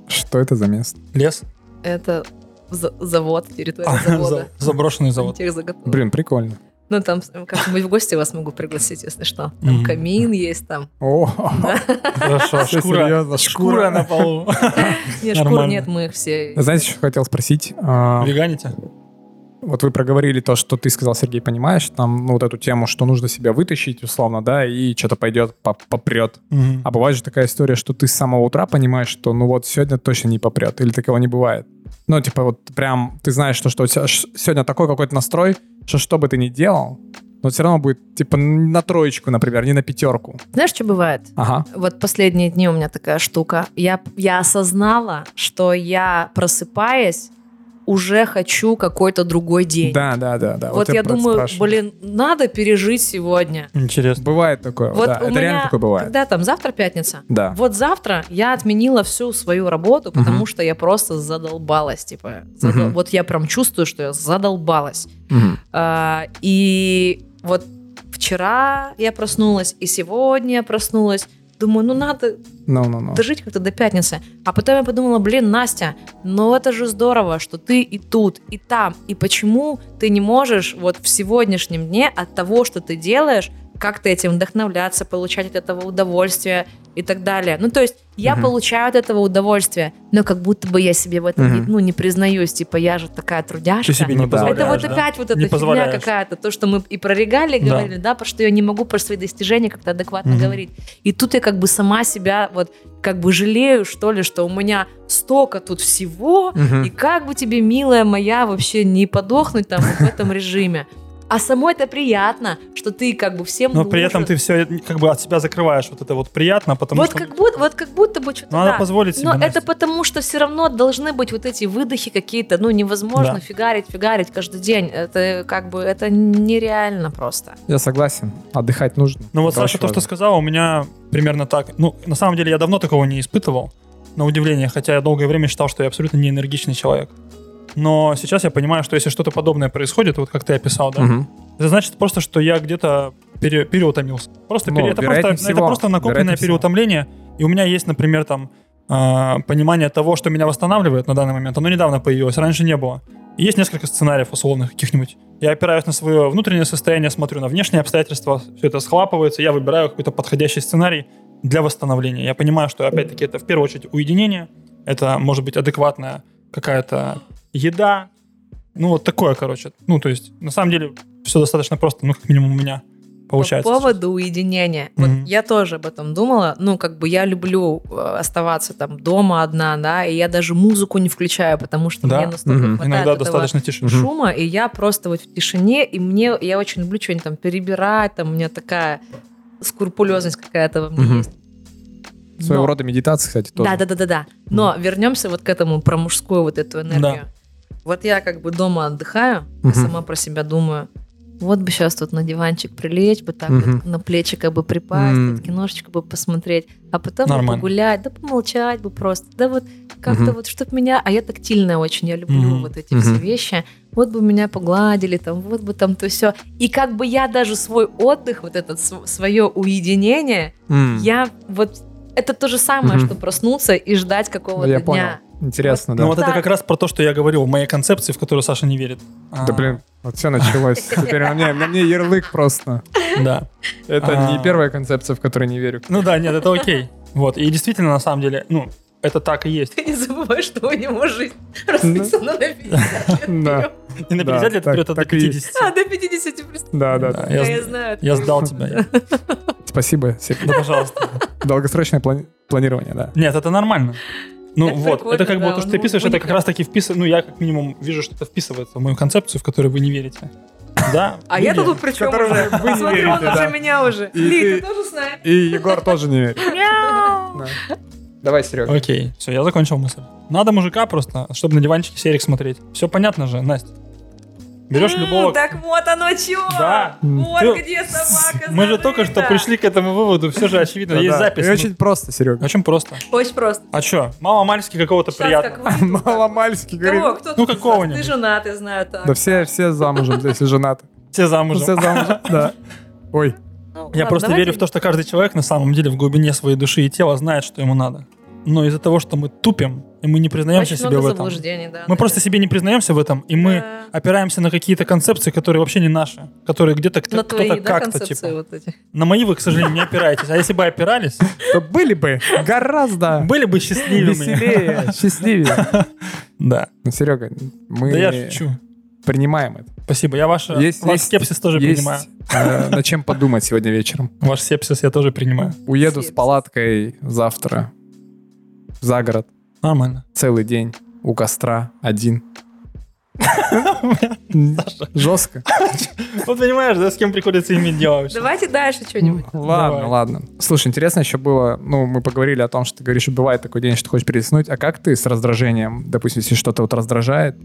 S1: Что это за место?
S2: Лес.
S3: Это за- завод, территория
S2: За-
S3: завода.
S2: Заброшенный завод.
S3: Техзаготовок.
S1: Блин, прикольно.
S3: Ну, там как-нибудь в гости вас могу пригласить, если что. Там
S2: Мгм.
S3: камин есть, там.
S1: О,
S2: Хорошо,
S1: всё
S2: шкура.
S1: серьезно,
S2: Шкура на полу.
S3: Нет, шкур
S2: Нормально.
S3: нет, мы их все...
S1: Знаете, что хотел спросить? А,
S2: Веганите?
S1: Вот вы проговорили то, что ты сказал, Сергей, понимаешь, там, ну, вот эту тему, что нужно себя вытащить, условно, да, и что-то пойдет, по- попрет.
S2: Мгм.
S1: А бывает же такая история, что ты с самого утра понимаешь, что ну вот сегодня точно не попрет, или такого не бывает. Ну, типа, вот прям ты знаешь, что, что у тебя ш- сегодня такой какой-то настрой, что что бы ты ни делал, но все равно будет, типа, на троечку, например, не на пятерку.
S3: Знаешь, что бывает?
S1: Ага.
S3: Вот последние дни у меня такая штука. Я, я осознала, что я, просыпаясь, уже хочу какой-то другой день.
S1: Да, да, да, да.
S3: вот
S1: я
S3: я
S1: про это
S3: думаю,
S1: спрашиваю.
S3: блин, надо пережить сегодня.
S2: Интересно.
S1: Бывает такое,
S3: Вот
S1: да.
S3: у
S1: Это
S3: меня,
S1: реально такое бывает.
S3: когда там, завтра пятница?
S1: Да.
S3: Вот завтра я отменила всю свою работу, потому
S1: Мгм.
S3: что я просто задолбалась, типа. задол-
S1: Мгм.
S3: Вот я прям чувствую, что я задолбалась.
S1: Мгм.
S3: А, И вот вчера я проснулась, и сегодня я проснулась. Думаю, ну надо
S1: Ну-ну-ну.
S2: ну.
S3: дожить как-то до пятницы. А потом я подумала, блин, Настя, ну это же здорово, что ты и тут, и там. И почему ты не можешь вот в сегодняшнем дне от того, что ты делаешь, как-то этим вдохновляться, получать от этого удовольствие и так далее. Ну, то есть я
S1: Мгм.
S3: получаю от этого удовольствие, но как будто бы я себе в этом не-
S1: Мгм.
S3: ну, не признаюсь, типа я же такая трудяшка.
S2: Ты себе
S1: Ну
S2: не
S1: да.
S2: позволяешь.
S3: Это вот
S2: да?
S3: опять вот эта
S2: Не
S3: фигня
S2: позволяешь.
S3: какая-то, то, что мы и про регалии
S2: Да.
S3: говорили, да, потому что я не могу про свои достижения как-то адекватно
S1: Мгм.
S3: говорить. И тут я как бы сама себя вот как бы жалею, что ли, что у меня столько тут всего,
S1: Мгм.
S3: и как бы тебе, милая моя, вообще не подохнуть там вот в этом режиме. А самой это приятно, что ты как бы всем
S2: Но при
S3: нужен.
S2: этом ты все как бы от себя закрываешь. Вот это вот приятно, потому
S3: Вот
S2: что
S3: как, будто, вот как будто бы что-то...
S2: ну, надо
S3: да.
S2: позволить себе.
S3: Но
S2: Настя.
S3: это потому, что все равно должны быть вот эти выдохи какие-то. Ну, невозможно
S2: Да.
S3: фигарить, фигарить каждый день. Это как бы, это нереально просто.
S1: Я согласен. Отдыхать нужно.
S2: Ну вот
S1: Это
S2: Саша
S1: очень
S2: то, что
S1: важно.
S2: сказала, у меня примерно так. Ну, на самом деле я давно такого не испытывал, на удивление, хотя я долгое время считал, что я абсолютно не энергичный человек. Но сейчас я понимаю, что если что-то подобное происходит, вот как ты описал, да,
S1: Мгм.
S2: это значит просто, что я где-то пере- переутомился. Просто,
S1: Ну,
S2: пере- это,
S1: вероятнее
S2: просто это
S1: всего,
S2: просто накопленное
S1: вероятнее всего.
S2: переутомление. И у меня есть, например, там а, понимание того, что меня восстанавливает на данный момент. Оно недавно появилось, раньше не было. И есть несколько сценариев условных каких-нибудь. Я опираюсь на свое внутреннее состояние, смотрю на внешние обстоятельства, все это схлапывается, я выбираю какой-то подходящий сценарий для восстановления. Я понимаю, что опять-таки это в первую очередь уединение, это может быть адекватная какая-то еда, ну вот такое, короче. Ну то есть на самом деле все достаточно просто, ну как минимум у меня получается.
S3: По поводу уединения. Вот
S2: Мгм.
S3: я тоже об этом думала. Ну, как бы я люблю э, оставаться там дома одна, да, и я даже музыку не включаю, потому что
S2: Да.
S3: мне настолько
S1: Мгм.
S3: хватает
S2: Иногда
S3: этого
S2: достаточно тишины.
S1: Мгм.
S3: шума, и я просто вот в тишине, и мне, я очень люблю что-нибудь там перебирать, там у меня такая скрупулезность какая-то во мне
S1: Мгм.
S3: есть.
S1: Своего
S3: Но-
S1: рода медитация, кстати, тоже.
S3: Да, да, да, да, да. Но вернемся вот к этому про мужскую вот эту энергию. Вот я как бы дома отдыхаю,
S1: Мгм.
S3: сама про себя думаю. Вот бы сейчас тут на диванчик прилечь, бы так
S1: Мгм.
S3: вот на плечико бы припасть,
S1: М.
S3: вот киношечку бы посмотреть, а потом бы
S2: Нормально.
S3: погулять, да помолчать бы просто, да вот как-то
S1: Мгм.
S3: вот, чтоб меня, а я тактильная очень, я люблю
S2: Мгм.
S3: вот эти все
S1: Мгм.
S3: вещи, вот бы меня погладили, там, вот бы там то все. И как бы я даже свой отдых, вот это свое уединение,
S1: М.
S3: я вот это то же самое,
S1: Мгм.
S3: что проснуться и ждать какого-то
S1: Ну, Я
S3: дня.
S1: понял. Интересно,
S2: Ну
S1: да.
S2: вот это
S3: Да.
S2: как раз про то, что я говорил, в моей концепции, в которую Саша не верит.
S1: Да
S2: А,
S1: блин, вот все началось. Теперь на мне, на мне ярлык просто.
S2: Да.
S1: Это не
S2: А.
S1: первая концепция, в которой не верю.
S2: Ну да, нет, это окей. Вот, и действительно, на самом деле, ну, это так и есть.
S3: Ты не забывай, что у него жизнь расписана на 50 лет
S1: Ну. Да.
S3: вперед.
S2: И на
S1: Да,
S2: 50 лет
S1: так-
S2: вперед, а до
S1: так и есть.
S2: 50.
S3: А, до 50 просто.
S1: Да, да.
S2: Да,
S3: Я,
S2: Я з-
S3: знаю.
S2: я сдал тебя.
S1: Спасибо. Сергей.
S2: Да, пожалуйста.
S1: Долгосрочное плани- планирование, да.
S2: Нет, это нормально. Ну
S3: Это
S2: вот,
S3: прикольно,
S2: это как бы
S3: да,
S2: то, что
S3: он
S2: ты описываешь, это как
S3: уникальный.
S2: раз таки вписано, ну я как минимум вижу, что это вписывается в мою концепцию, в которую вы не верите. Да?
S3: А я
S2: люди.
S3: тут при чем
S1: которого
S3: уже?
S1: вы не
S3: Смотри, он
S1: верите,
S3: уже
S1: да.
S3: меня уже.
S1: И
S3: Ли, ты
S1: ты-
S3: тоже с нами?
S1: И Егор тоже не верит. Да. Давай, Серега.
S2: Окей, все, я закончил мысль. Надо мужика просто, чтобы на диванчике серик смотреть. Все понятно же, Настя. Берешь
S3: М,
S2: любого...
S3: Так вот оно чего.
S2: Да.
S1: Ты-
S3: Вот где собака
S2: Мы же
S3: зарыта.
S2: только что пришли к этому выводу, все же очевидно,
S1: Да,
S2: есть
S1: да.
S2: запись.
S1: И
S2: Ну,
S1: Очень просто, Серега.
S2: Очень просто.
S3: Очень просто.
S2: А чё, мало-мальски какого-то
S3: Сейчас как
S2: приятного.
S3: вы.
S1: Маломальски
S3: Кого?
S1: говорит.
S3: Кто
S2: Ну,
S3: тут из
S2: какого
S3: нас? Ты
S2: нибудь.
S3: женат, я знаю так.
S1: Да все, все замужем, если женаты.
S2: Все замужем.
S1: Все замужем, да. Ой,
S3: Ну,
S2: Я
S3: ладно,
S2: просто
S3: давайте-
S2: верю в то, что каждый человек на самом деле в глубине своей души и тела знает, что ему надо. Но из-за того, что мы тупим, и мы не признаемся
S3: Очень
S2: себе
S3: много
S2: в этом.
S3: заблуждений, да.
S2: Мы просто себе не признаемся в этом, и мы
S3: Да.
S2: опираемся на какие-то концепции, которые вообще не наши, которые где-то кто-
S3: на
S2: кто-то
S3: твои, да,
S2: как-то
S3: концепции
S2: типа.
S3: вот эти.
S2: На мои вы, к сожалению, не опираетесь. А если бы опирались,
S1: то были бы гораздо
S2: были бы счастливыми.
S1: веселее, счастливее.
S2: Да.
S1: Ну, Серега, мы
S2: Да я шучу.
S1: принимаем это.
S2: Спасибо. Я ваш,
S1: Есть-
S2: ваш
S1: есть-
S2: скепсис тоже
S1: Есть
S2: принимаю.
S1: э, над чем подумать сегодня вечером.
S2: Ваш сепсис я тоже принимаю.
S1: Уеду с
S3: Сепсис.
S1: палаткой завтра за город
S2: Нормально.
S1: целый день у костра один. Жестко.
S2: Вот понимаешь, да, с кем приходится иметь дело вообще.
S3: Давайте дальше что-нибудь.
S1: Ладно,
S2: Давай.
S1: ладно. Слушай, интересно еще было, ну, мы поговорили о том, что ты говоришь, что бывает такой день, что ты хочешь переснуть, а как ты с раздражением, допустим, если что-то вот раздражает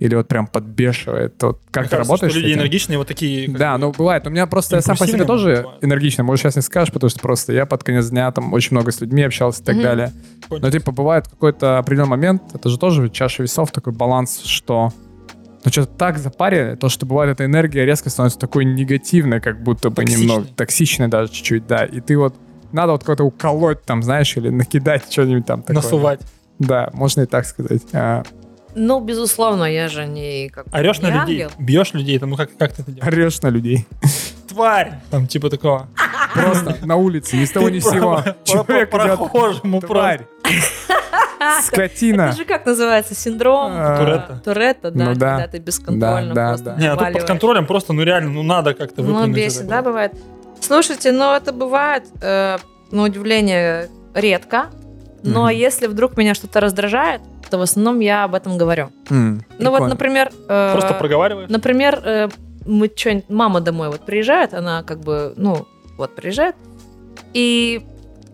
S1: или вот прям подбешивает, то вот как
S2: Мне
S1: ты
S2: кажется,
S1: работаешь? с
S2: что люди
S1: этим?
S2: энергичные, вот такие. как-
S1: Да, ну бывает. У меня просто я сам по себе
S2: Импульсивные
S1: тоже
S2: бывают.
S1: энергично. Может, сейчас не скажешь, потому что просто я под конец дня там очень много с людьми общался и так
S3: Мгм.
S1: далее. Но типа бывает какой-то определенный момент, это же тоже чаша весов, такой баланс, что ну что-то так запарили, то, что бывает эта энергия резко становится такой негативной, как будто бы
S2: Токсичной.
S1: немного токсичной даже чуть-чуть, да. И ты вот надо вот кого-то уколоть там, знаешь, или накидать что-нибудь там такое.
S2: насувать.
S1: Да, можно и так сказать. А,
S3: Ну, безусловно, я же не как бы
S2: Орешь
S3: не
S2: на людей,
S3: ангел.
S2: бьешь людей, там, ну как, как ты это делаешь?
S1: орешь на людей.
S2: тварь! Там типа такого.
S3: А,
S1: Просто на улице, ни с того ни с сего. Человек идет.
S2: прохожему
S1: Тварь.
S2: А,
S1: Скотина.
S3: Это же как называется? Синдром
S1: А,
S2: Туретта.
S3: Туретта, да,
S1: Ну да.
S3: когда ты
S1: Да,
S3: бесконтрольно
S1: да,
S3: просто
S1: да.
S2: Не, а тут под
S3: вваливаешь.
S2: контролем просто, ну реально, ну надо как-то
S3: Ну,
S2: выплюнуть
S3: бесит,
S2: это.
S3: да, бывает. Слушайте, ну это бывает, э, на удивление, редко. Но
S1: Мгм.
S3: если вдруг меня что-то раздражает, то в основном я об этом говорю.
S1: М,
S3: Ну вот,
S1: прикольно.
S3: например... э,
S2: Просто проговариваешь.
S3: Например, э, мы что мама домой вот приезжает, она как бы, ну, вот приезжает, и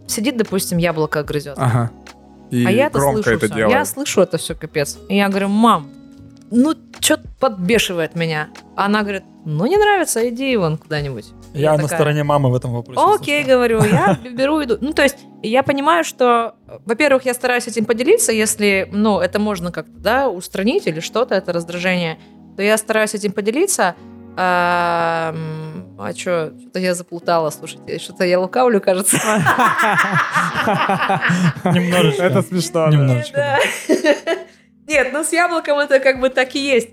S3: сидит, допустим, яблоко грызет.
S1: Ага. И
S3: а я это
S1: громко
S3: слышу
S1: это
S3: всё. Я
S1: делает.
S3: слышу это все, капец. И я говорю, мам, ну, что-то подбешивает меня. Она говорит, ну, не нравится, иди вон куда-нибудь.
S2: Я на
S3: такая.
S2: стороне мамы в этом вопросе.
S3: Окей, говорю, я беру иду. Ну, то есть, я понимаю, что, во-первых, я стараюсь этим поделиться, если, ну, это можно как-то, да, устранить или что-то, это раздражение, то я стараюсь этим поделиться. А, м, а что, что-то я заплутала, слушайте, что-то я лукавлю, кажется.
S2: слышала. Немножечко.
S1: Это смешно. да.
S2: Немножечко. да.
S3: Да. Нет, ну с яблоком это как бы так и есть.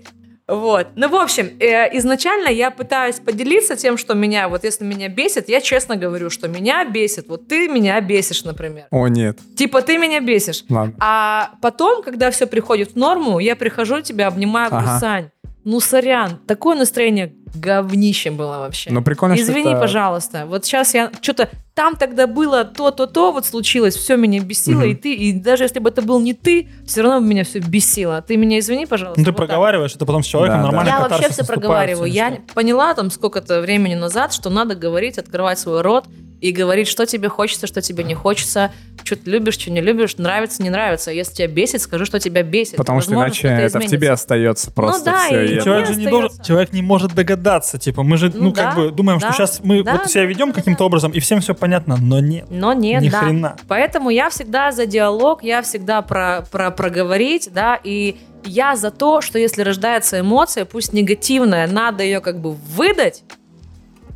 S3: Вот. Ну, в общем, э, изначально я пытаюсь поделиться тем, что меня, вот если меня бесит, я честно говорю, что меня бесит. Вот ты меня бесишь, например.
S1: О, нет.
S3: Типа ты меня бесишь.
S1: Ладно.
S3: А потом, когда все приходит в норму, я прихожу тебя, обнимаю, говорю,
S1: Ага.
S3: Сань, ну сорян, такое настроение говнище было вообще.
S1: Ну, прикольно, что
S3: Извини,
S1: это-
S3: пожалуйста. Вот сейчас я что-то там тогда было то, то, то, вот случилось, все меня бесило,
S1: Мгм.
S3: и ты, и даже если бы это был не ты, все равно бы меня все бесило. Ты меня извини, пожалуйста.
S2: Ну ты
S3: вот так.
S2: проговариваешь, это потом с человеком
S1: Да, да.
S2: нормально
S3: Я вообще
S2: катарсис
S3: все
S2: наступает,
S3: проговариваю.
S2: всё
S3: Я
S2: ништяк.
S3: поняла там сколько-то времени назад, что надо говорить, открывать свой рот и говорить, что тебе хочется, что тебе не хочется, что ты любишь, что не любишь, нравится, не нравится. А Если тебя бесит, скажи, что тебя бесит.
S1: Потому что
S3: Возможно,
S1: иначе
S3: что-то
S1: это в
S3: изменится. Ну
S1: тебе остается просто
S3: да,
S1: все.
S3: и
S1: и
S3: Я
S2: Человек
S3: не
S2: же не должен,
S3: остаётся.
S2: человек не может догадаться, типа, мы же, ну,
S3: Ну
S2: как
S3: да,
S2: бы думаем, что
S3: да,
S2: сейчас мы
S3: да,
S2: вот себя
S3: да,
S2: ведем
S3: да,
S2: каким-то
S3: да.
S2: образом, и всем все понятно, но нет,
S3: Но нет,
S2: ни
S3: да.
S2: хрена.
S3: Поэтому я всегда за диалог, я всегда про, про проговорить, да, и я за то, что если рождается эмоция, пусть негативная, надо ее как бы выдать,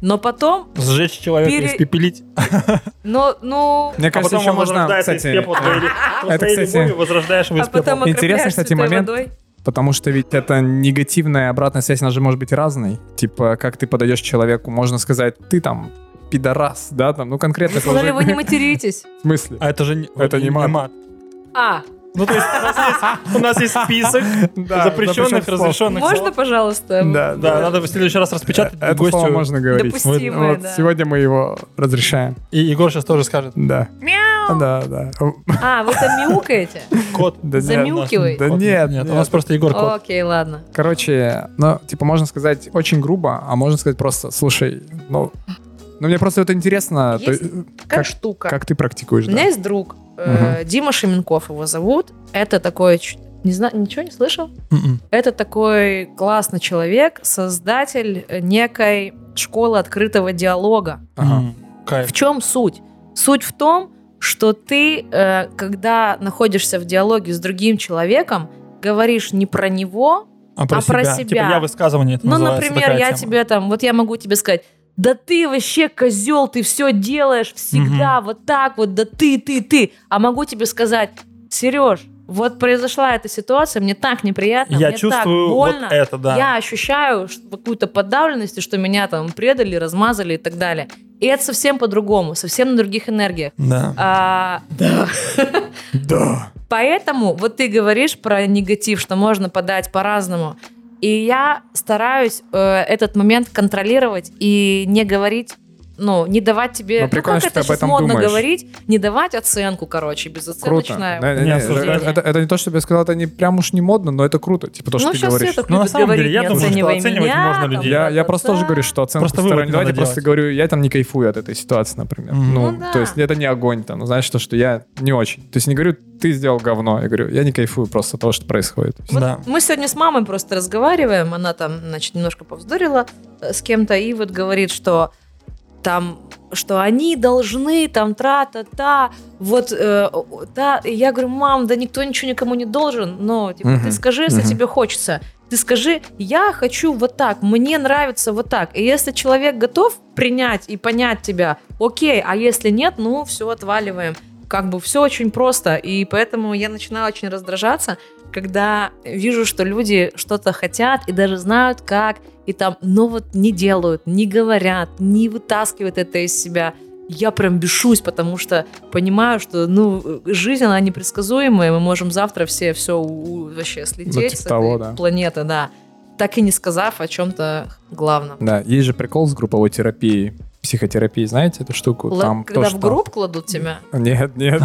S3: но потом,
S2: Сжечь человека,
S3: Пере-
S2: испепелить.
S3: но, ну,
S1: Мне
S2: А
S1: кажется,
S2: потом
S1: еще
S2: он
S1: можно,
S2: возрождается из
S1: кстати, а,
S2: пепла твоей лю-
S1: Это,
S2: твоей
S1: кстати,
S2: любовью, возрождаешь его
S3: а
S2: из пепла.
S3: потом
S1: Интересный,
S3: окропляешь
S1: кстати,
S3: святой
S1: момент.
S3: водой.
S1: Потому что ведь это негативная обратная связь, она же может быть разной. Типа, как ты подойдешь к человеку, можно сказать, ты там пидорас, да, там, ну конкретно.
S3: Вы
S1: это уже-
S3: сказали, вы не материтесь.
S1: В смысле?
S2: А это же не-
S1: Это не мат.
S3: А,
S2: Ну, то есть у нас есть- у нас есть список
S1: Да, запрещенных
S2: запрещенных,
S1: слов.
S2: разрешенных
S3: можно, пожалуйста?
S1: Да, Э,
S2: Да, надо в следующий раз распечатать
S1: Это
S2: гостю.
S1: слово можно говорить.
S3: Допустимое,
S1: Вот
S3: да.
S1: сегодня мы его разрешаем.
S2: И Егор сейчас тоже скажет.
S1: Да,
S3: Мяу!
S1: да, да.
S3: А, вы там мяукаете?
S2: Кот.
S1: Да
S3: Замяукивай.
S1: нет. Да
S2: Кот.
S1: нет,
S2: Нет, у
S1: нет.
S2: нас просто Егор кот.
S3: Окей, ладно.
S1: Короче, ну, типа, можно сказать очень грубо, а можно сказать просто, слушай, ну, ну мне просто это интересно, то-
S3: Есть
S1: как-
S3: Как штука.
S1: как ты практикуешь,
S3: У меня
S1: да?
S3: есть друг, э, Дима Шеменков его зовут. Это такой, ч- не знаю, ничего не слышал?
S2: Мгм.
S3: Это такой классный человек, создатель э, некой школы открытого диалога.
S1: Ага.
S2: М, М-м. Кайф.
S3: В чем суть? Суть в том, что ты, э, когда находишься в диалоге с другим человеком, говоришь не про него,
S2: А про
S3: А про
S2: себя?
S3: себя?
S2: Типа я высказывание это
S3: Ну,
S2: называется,
S3: например,
S2: такая
S3: я
S2: тема.
S3: тебе там, вот я могу тебе сказать, да ты вообще козел, ты все делаешь всегда вот так вот, да ты, ты, ты. А могу тебе сказать, Сереж, вот произошла эта ситуация, мне так неприятно,
S2: Я
S3: мне
S2: чувствую
S3: так
S2: вот
S3: больно.
S2: это, да.
S3: Я ощущаю ш- какую-то подавленность, и что меня там предали, размазали и так далее. И это совсем по-другому, совсем на других энергиях.
S2: Да.
S3: А,
S1: Да.
S3: Поэтому вот ты говоришь про негатив, что можно подать по-разному. И я стараюсь э, этот момент контролировать и не говорить, ну, не давать тебе...
S1: Ну, прикольно,
S3: как
S1: что ты об
S3: это щас
S1: этом
S3: модно
S1: думаешь.
S3: говорить, не давать оценку, короче,
S1: Круто.
S3: безоценочное.
S1: Да, не,
S2: Не
S1: не,
S2: осуждаю.
S1: это, это- это не то, что я сказал, это не прям уж не модно, но это круто. Типа то, что
S3: ну,
S1: ты
S3: сейчас
S1: говоришь.
S3: все так
S2: Ну, на
S3: любят
S2: самом деле,
S3: говорить,
S2: я
S3: не
S2: думаю, что
S3: оценивай
S2: оценивать
S3: меня,
S2: можно
S3: там,
S2: людей.
S1: Я, я
S3: да-да-да.
S1: просто тоже говорю, что оценку
S2: Просто
S1: просто
S2: вывод
S1: стороне. Давайте
S2: надо
S1: просто
S2: делать.
S1: говорю, я там не кайфую от этой ситуации, например.
S2: Мгм.
S1: Ну,
S3: Ну да.
S1: то есть это не огонь там, ну, знаешь, то, что я не очень. То есть не говорю, ты сделал говно, я говорю, я не кайфую просто от того, что происходит.
S3: Вот
S2: Да.
S3: Мы сегодня с мамой просто разговариваем, она там, значит, немножко повздорила э, с кем-то, и вот говорит, что там, что они должны, там, тра-та-та, вот, э, о- да, И я говорю, мам, да никто ничего никому не должен, но, типа,
S1: Мгм,
S3: ты скажи, если
S1: мгм.
S3: тебе хочется, ты скажи, я хочу вот так, мне нравится вот так, и если человек готов принять и понять тебя, окей, а если нет, ну, все, отваливаем. как бы все очень просто, и поэтому я начинала очень раздражаться, когда вижу, что люди что-то хотят и даже знают как, и там, но вот не делают, не говорят, не вытаскивают это из себя. Я прям бешусь, потому что понимаю, что ну, жизнь, она непредсказуемая, мы можем завтра все все у- у- вообще слететь
S1: типа
S3: с этой
S1: того, да.
S3: планеты, да, так и не сказав о чем-то главном.
S1: Да, есть же прикол с групповой терапией, психотерапией, знаете эту штуку?
S3: Л-
S1: Там
S3: когда
S1: то,
S3: в
S1: что-
S3: групп кладут тебя,
S1: Нет, нет,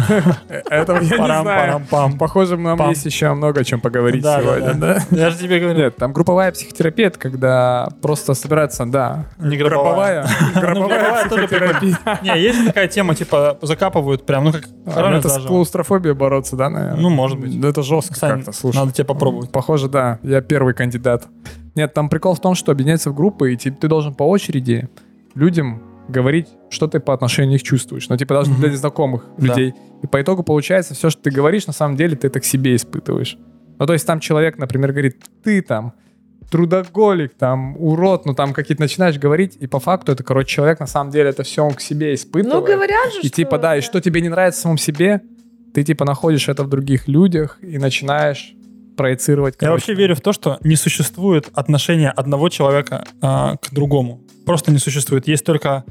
S1: этого я не знаю.
S2: Парам-парам-пам.
S1: Похоже, нам
S2: Пам.
S1: есть еще много о чем поговорить
S2: Да, да,
S1: сегодня,
S2: да.
S1: да?
S2: Я же тебе говорю.
S1: Нет, там групповая психотерапия, это когда просто собираются, да,
S2: Не
S1: групповая,
S2: Ну,
S1: групповая
S2: групповая тоже
S1: психотерапия.
S2: Не, есть такая тема, типа, закапывают прям, ну, как
S1: А, ну,
S2: раньше
S1: Это с
S2: даже.
S1: клаустрофобией бороться, да, наверное?
S2: Ну, может быть.
S1: Да это жестко
S2: Сань,
S1: как-то, слушай.
S2: Надо тебе попробовать.
S1: Похоже, да, я первый кандидат. Нет, там прикол в том, что объединяться в группы, и ти- ты должен по очереди людям говорить, что ты по отношению их чувствуешь. Ну, типа, даже
S2: Мгм.
S1: для незнакомых
S2: Да.
S1: людей. И по итогу получается, все, что ты говоришь, на самом деле ты это к себе испытываешь. Ну, то есть там человек, например, говорит, ты там трудоголик, там, урод, ну, там какие-то начинаешь говорить, и по факту это, короче, человек, на самом деле, это все он к себе испытывает.
S3: ну говорят же,
S1: И типа, да, и что тебе не нравится в самом себе, ты типа находишь это в других людях и начинаешь проецировать.
S2: Я
S1: короче.
S2: вообще верю в то, что не существует отношения одного человека а, к другому. Просто не существует. Есть только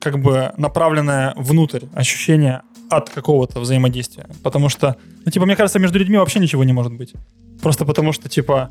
S2: как бы направленное внутрь ощущение от какого-то взаимодействия. Потому что, ну, типа, мне кажется, между людьми вообще ничего не может быть. Просто потому что, типа,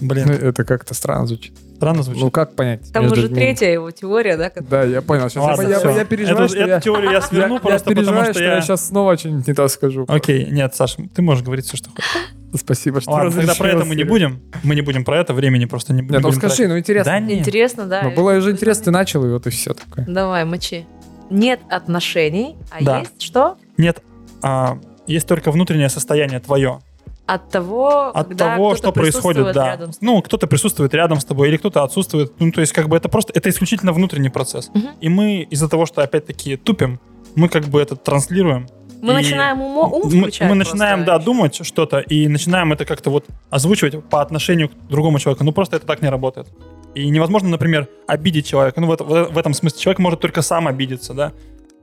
S1: Ну,
S2: блин,
S1: это как-то странно звучит.
S2: странно звучит.
S1: Ну как понять?
S3: Там
S1: между
S3: уже
S1: людьми?
S3: третья его теория, да, как-
S1: Да, я понял. Сейчас
S2: Ладно,
S1: ну, я,
S2: всё.
S1: я, я переживаю,
S2: эту,
S1: что
S2: эту
S1: я,
S2: теорию я сверну
S1: я- я
S2: просто потому,
S1: переживаю,
S2: что,
S1: что
S2: я...
S1: я сейчас снова что-нибудь не то скажу.
S2: Окей, нет, Саш, ты можешь говорить все, что хочешь.
S1: Спасибо, что
S2: Ладно, тогда про это мы не
S1: разрешил.
S2: будем. Мы не будем про это, времени просто не не будем.
S1: Нет, ну скажи,
S2: тратить.
S1: ну интересно.
S2: Да нет.
S3: Интересно, да.
S1: Ну, было же интересно, ты начал, и вот и все такое.
S3: Давай, мочи. Нет отношений, а
S2: Да.
S3: есть что?
S2: Нет, а, есть только внутреннее состояние твое.
S3: От того,
S2: От
S3: когда
S2: того,
S3: кто-то
S2: что происходит,
S3: присутствует
S2: да.
S3: рядом с-
S2: Ну, кто-то присутствует рядом с тобой, или кто-то отсутствует. Ну, то есть, как бы это просто, это исключительно внутренний процесс.
S3: Мгм.
S2: И мы из-за того, что опять-таки тупим, мы как бы это транслируем.
S3: Мы
S2: И
S3: начинаем ум, ум
S2: мы,
S3: включать
S2: мы
S3: просто.
S2: начинаем, да, думать что-то, и начинаем это как-то вот озвучивать по отношению к другому человеку. Ну, просто это так не работает. И невозможно, например, обидеть человека. Ну, вот, вот в этом смысле человек может только сам обидеться, да.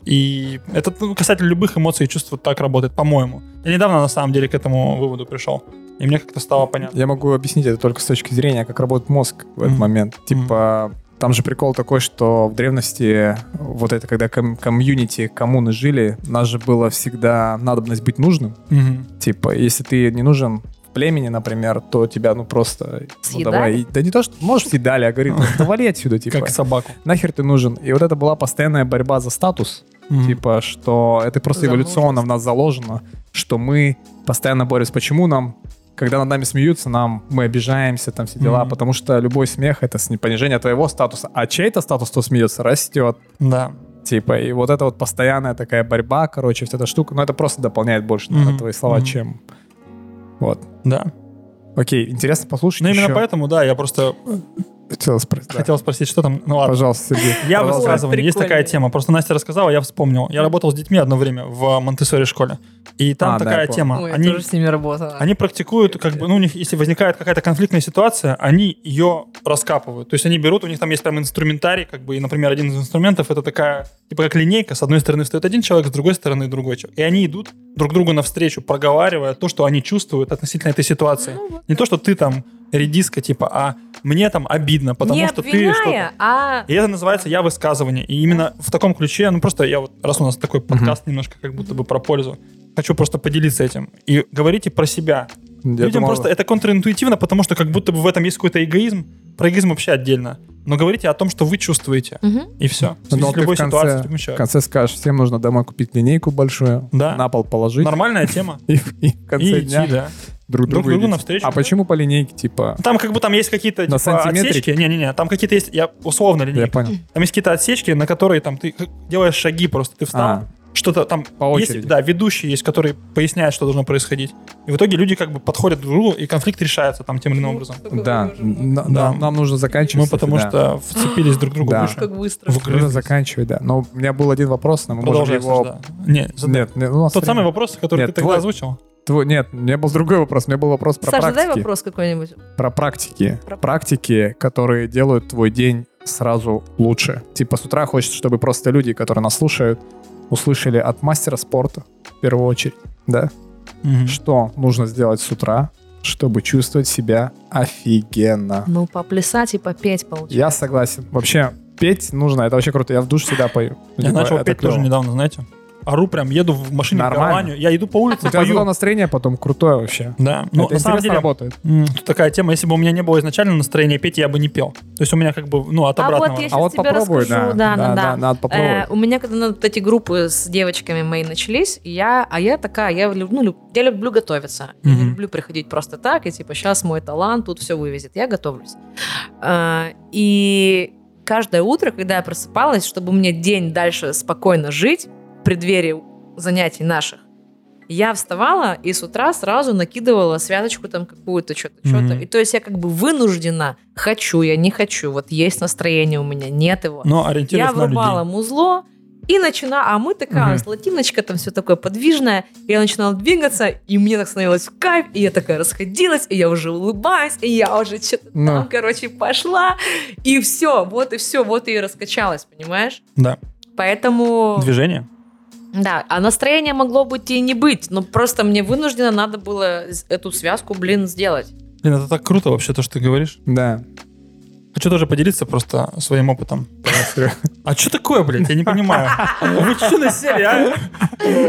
S2: И это ну, касательно любых эмоций и чувств вот так работает, по-моему. Я недавно, на самом деле, к этому выводу пришел. И мне как-то стало понятно.
S1: Я могу объяснить это только с точки зрения, как работает мозг в этот
S2: Мгм.
S1: момент. Типа, там же прикол такой, что в древности, вот это когда ком- комьюнити, коммуны жили, у нас же была всегда надобность быть нужным.
S2: Мгм.
S1: Типа, если ты не нужен в племени, например, то тебя, ну, просто... ну,
S3: Съедали?
S1: давай. Да не то, что... Может, съедали, а говорит, «Ну, вали отсюда, типа.
S2: Как собаку.
S1: Нахер ты нужен? И вот это была постоянная борьба за статус.
S2: Мгм.
S1: Типа, что это просто
S3: За
S1: эволюционно в нас заложено, что мы постоянно боремся. Почему нам, когда над нами смеются, нам мы обижаемся, там все дела,
S2: Мгм.
S1: потому что любой смех это с- понижение твоего статуса, а чей-то статус, кто смеется, растет.
S2: Да.
S1: Типа, и вот это вот постоянная такая борьба, короче, вся эта штука, ну это просто дополняет больше, наверное,
S2: Мгм.
S1: твои слова,
S2: Мгм.
S1: чем... Вот.
S2: Да.
S1: Окей, интересно послушать
S2: Ну, именно
S1: ещё.
S2: поэтому, да, я просто
S1: Хотел спросить. да.
S2: хотел спросить, что там. Ну, ладно.
S1: Пожалуйста, Сергей.
S2: Я
S1: Пожалуйста.
S2: высказывание. Есть
S3: Прикольно.
S2: такая тема. Просто Настя рассказала, я вспомнил. Я работал с детьми одно время в монтессори школе. И там
S1: А, да, я
S2: такая
S1: помню.
S2: тема.
S3: Ой, я
S2: они,
S3: тоже с ними работала.
S2: они практикуют, как бы, ну, у них, если возникает какая-то конфликтная ситуация, они ее раскапывают. То есть они берут, у них там есть прям инструментарий, как бы, и, например, один из инструментов это такая, типа как линейка, с одной стороны встает один человек, с другой стороны другой человек. И они идут друг другу навстречу, проговаривая то, что они чувствуют относительно этой ситуации.
S3: Ну
S2: Не то, что ты там редиска, типа, а мне там обидно, потому
S3: не
S2: что ты
S3: обвиняя,
S2: что-то...
S3: а
S2: И это называется «я высказывание». И именно в таком ключе, ну просто я вот, раз у нас такой подкаст немножко как будто бы про пользу, хочу просто поделиться этим. И говорите про себя.
S1: Я
S2: Людям
S1: думал-
S2: просто это контринтуитивно, потому что как будто бы в этом есть какой-то эгоизм. Про эгоизм вообще отдельно. Но говорите о том, что вы чувствуете.
S3: Мгм.
S2: И все. В
S1: Ну,
S2: связи с
S1: ты
S2: любой
S1: в конце-
S2: ситуацией, с любым
S1: В
S2: человеком.
S1: конце скажешь, всем нужно домой купить линейку большую,
S2: Да.
S1: на пол положить.
S2: Нормальная тема.
S1: И, и в
S2: И
S1: конце
S2: идти,
S1: дня
S2: да.
S1: друг
S2: Друг
S1: другу
S2: другу
S1: идите.
S2: навстречу.
S1: А почему по линейке, типа...
S2: Там как бы там есть какие-то
S1: На
S2: типа,
S1: сантиметрик?
S2: отсечки. Не-не-не, там какие-то есть, я условно
S1: Я
S2: линейка.
S1: понял.
S2: Там есть какие-то отсечки, на которые там ты делаешь шаги просто. Ты встал,
S1: А,
S2: что-то там
S1: По
S2: есть,
S1: очереди.
S2: да, ведущие есть, которые поясняют, что должно происходить. И в итоге люди как бы подходят друг к другу, и конфликт решается там тем или
S3: Ну,
S2: иным образом.
S1: да. Н-
S2: Да.
S1: Нам, нам нужно заканчивать.
S2: Мы
S1: кстати,
S2: потому
S1: да.
S2: что вцепились друг к другу
S1: Да.
S2: в уши.
S3: как быстро.
S2: В-
S1: Нужно заканчивать, да. Но у меня был один вопрос, но мы можем
S2: Продолжай,
S1: его...
S2: Саш, да. Не, задай.
S1: Нет, не- у нас
S2: Тот
S1: время.
S2: самый вопрос, который
S1: Нет,
S2: ты тогда
S1: твой.
S2: озвучил.
S1: Тво- Нет, у меня был другой вопрос. У меня был вопрос про
S3: Саша,
S1: практики.
S3: задай вопрос какой-нибудь.
S1: Про практики.
S3: Про-
S1: Практики, которые делают твой день сразу лучше. Типа с утра хочется, чтобы просто люди, которые нас слушают, услышали от мастера спорта в первую очередь, да,
S2: Мгм.
S1: что нужно сделать с утра, чтобы чувствовать себя офигенно.
S3: Ну, поплясать и попеть получается.
S1: Я согласен. Вообще, петь нужно, это вообще круто. Я в душ всегда пою.
S2: Я
S1: Типа,
S2: начал
S1: это
S2: петь
S1: клёво.
S2: тоже недавно, знаете. Ору прям, еду в машине в
S1: Нормально.
S2: Голландию. Я иду по улице,
S1: У тебя зато
S2: пою.
S1: настроение потом крутое вообще.
S2: Да,
S1: Ну,
S2: ну
S1: это
S2: на самом
S1: интересно
S2: деле,
S1: работает.
S2: м, тут такая тема, если бы у меня не было изначально настроения петь, я бы не пел. То есть у меня как бы, ну, от
S3: А вот
S2: обратного.
S3: я щас
S1: А вот
S3: тебе
S1: попробуй,
S3: расскажу.
S1: да.
S3: Да, да, да.
S1: Надо
S3: Э,
S1: попробовать.
S3: у меня когда ну, вот эти группы с девочками мои начались, и я, а я такая, я, лю- ну, лю- я люблю готовиться. Я не
S2: Мгм.
S3: люблю приходить просто так, и типа, сейчас мой талант тут все вывезет. Я готовлюсь. А, и каждое утро, когда я просыпалась, чтобы мне день дальше спокойно жить, в преддверии занятий наших, я вставала и с утра сразу накидывала связочку там какую-то, что-то, что-то.
S2: Мгм.
S3: И то есть я как бы вынуждена, хочу я, не хочу, вот есть настроение у меня, нет его.
S2: Но ориентируясь
S3: Я
S2: на
S3: врубала
S2: людей.
S3: музло и начинала, а мы такая, у нас латиночка, там все такое подвижное, я начинала двигаться, и мне так становилось в кайф, и я такая расходилась, и я уже улыбаюсь, и я уже что-то
S1: Ну.
S2: а
S3: там, короче, пошла, и все, вот и все, вот и раскачалась, понимаешь?
S2: Да.
S3: Поэтому,
S2: Движение.
S3: да, а настроение могло быть и не быть, но просто мне вынуждено надо было с- эту связку, блин, сделать.
S2: Блин, это так круто вообще, то, что ты говоришь.
S1: Да.
S2: Хочу тоже поделиться просто своим опытом.
S1: Серёга.
S2: А что такое, блядь? Я не понимаю. Вы что насели, а?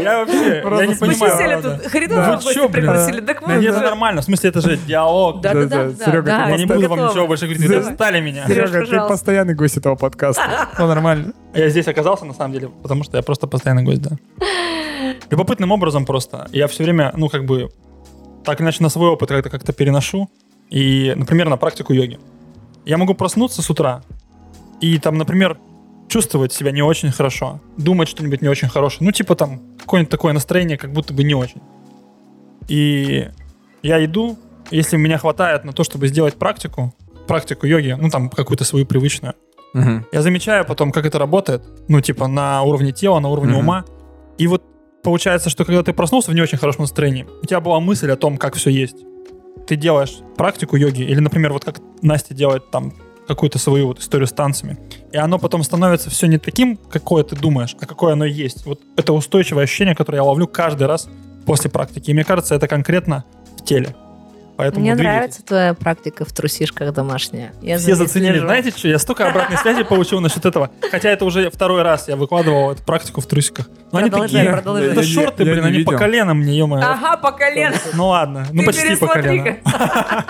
S2: Я вообще, я
S1: Просто
S2: не
S1: Мы
S3: Мы
S2: понимаю.
S3: сели
S2: правда.
S3: тут, Харитонова
S2: Да. Ну
S3: в гости
S2: Вы чё, блин?
S3: пригласили, так
S2: Да
S3: вот
S2: нет,
S3: же.
S2: это нормально. В смысле, это же диалог.
S3: Да, да, да,
S1: Да-да, Серёга,
S3: да,
S2: Я не буду вам
S3: готова.
S2: ничего больше говорить. Вы
S1: Давай.
S2: достали меня.
S3: Серёж,
S1: Серёга, ты
S3: пожалуйста.
S1: постоянный гость этого подкаста. Ну, нормально.
S2: Я здесь оказался, на самом деле, потому что я просто постоянный гость, да. Любопытным образом просто. Я все время, ну, как бы, так или иначе на свой опыт как-то как-то переношу. И, например, на практику йоги. Я могу проснуться с утра и там, например, чувствовать себя не очень хорошо, думать что-нибудь не очень хорошее. Ну, типа там, какое-нибудь такое настроение, как будто бы не очень. И я иду, если меня хватает на то, чтобы сделать практику, практику йоги, ну, там, какую-то свою привычную, я замечаю потом, как это работает, ну, типа, на уровне тела, на уровне
S1: Мгм.
S2: ума. И вот получается, что когда ты проснулся в не очень хорошем настроении, у тебя была мысль о том, как все есть. Ты делаешь практику йоги, или, например, вот как Настя делает там какую-то свою вот историю с танцами. И оно потом становится все не таким, какое ты думаешь, а какое оно есть. Вот это устойчивое ощущение, которое я ловлю каждый раз после практики. И мне кажется, это конкретно в теле. Поэтому
S3: Мне
S2: двигайтесь.
S3: нравится твоя практика в трусишках домашняя. Я за
S2: Все
S3: ней
S2: заценили.
S3: слежу.
S2: Знаете что? Я столько обратной связи получил насчет этого. Хотя это уже второй раз я выкладывал эту практику в трусиках. Но они
S3: Продолжай,
S2: такие.
S3: продолжай.
S1: Я
S2: Это
S1: не-
S2: шорты,
S1: я
S2: блин,
S1: не
S2: они по
S1: видел.
S2: колено мне, ё
S3: Ага, по колено.
S2: Ну ладно, ну
S3: Ты
S2: почти по колено.
S3: пересмотри-ка.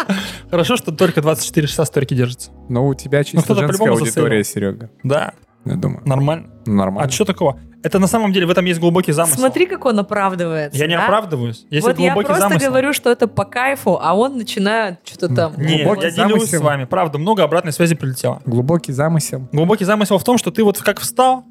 S2: Хорошо, что только 24 часа сторики держатся.
S1: Но у тебя чисто
S2: Ну, кто-то
S1: женская
S2: по-любому
S1: аудитория, Серега.
S2: Да,
S1: Я думаю.
S2: нормально.
S1: Ну,
S2: А
S1: Нормально.
S2: что такого? Это на самом деле в этом есть глубокий замысел.
S3: Смотри, как он оправдывается.
S2: Я не
S3: а?
S2: оправдываюсь. Есть
S3: Вот я
S2: глубокий
S3: просто
S2: замысел.
S3: говорю, что это по кайфу, а он начинает что-то там.
S2: Нет,
S1: Глубокий
S2: я делюсь
S1: замысел.
S2: с вами. Правда, много обратной связи прилетело.
S1: Глубокий замысел.
S2: Глубокий замысел в том, что ты вот как встал,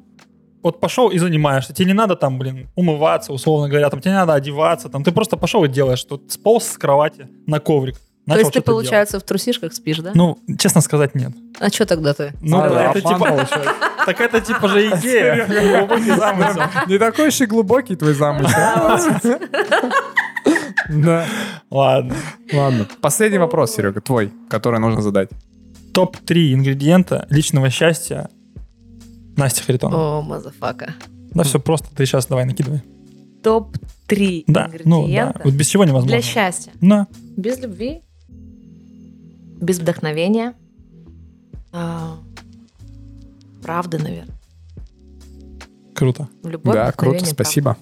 S2: вот пошел и занимаешься. Тебе не надо там, блин, умываться, условно говоря, там тебе не надо одеваться, там ты просто пошел и делаешь. Тут сполз с кровати на коврик.
S3: То
S2: начал
S3: есть ты,
S2: что-то
S3: получается, в трусишках спишь, да?
S2: делать. Ну, честно сказать, нет.
S3: А что тогда ты?
S2: Ну,
S1: Надо,
S2: да, это
S1: обман
S2: типа-
S1: получается.
S2: Так это типа же идея. Глубокий замысел.
S1: Не такой уж и глубокий твой замысел. Да.
S2: Ладно.
S1: Ладно. Последний вопрос, Серега, твой, который нужно задать.
S2: Топ-3 ингредиента личного счастья Настя Харитонова.
S3: О, мазафака.
S2: Да все просто, ты сейчас давай накидывай.
S3: Топ-3
S2: Да, ну да.
S3: ингредиента
S2: Вот без чего невозможно.
S3: для счастья.
S2: Да.
S3: Без любви, без вдохновения, а, правды, наверное.
S2: Круто.
S3: Любовь,
S1: Да, круто,
S3: вдохновение,
S1: спасибо.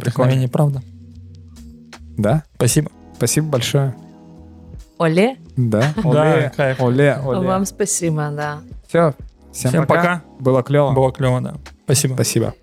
S1: Прикольно.
S2: вдохновение, правда.
S1: Да,
S2: Спасибо.
S1: спасибо большое.
S3: правда. Оле,
S1: Да,
S2: Да,
S1: оле,
S2: кайф.
S1: оле, оле.
S3: вам спасибо, да.
S1: Все,
S2: Всем
S1: всем пока.
S2: пока.
S1: Было клево.
S2: Было клево, да. Спасибо.
S1: Спасибо.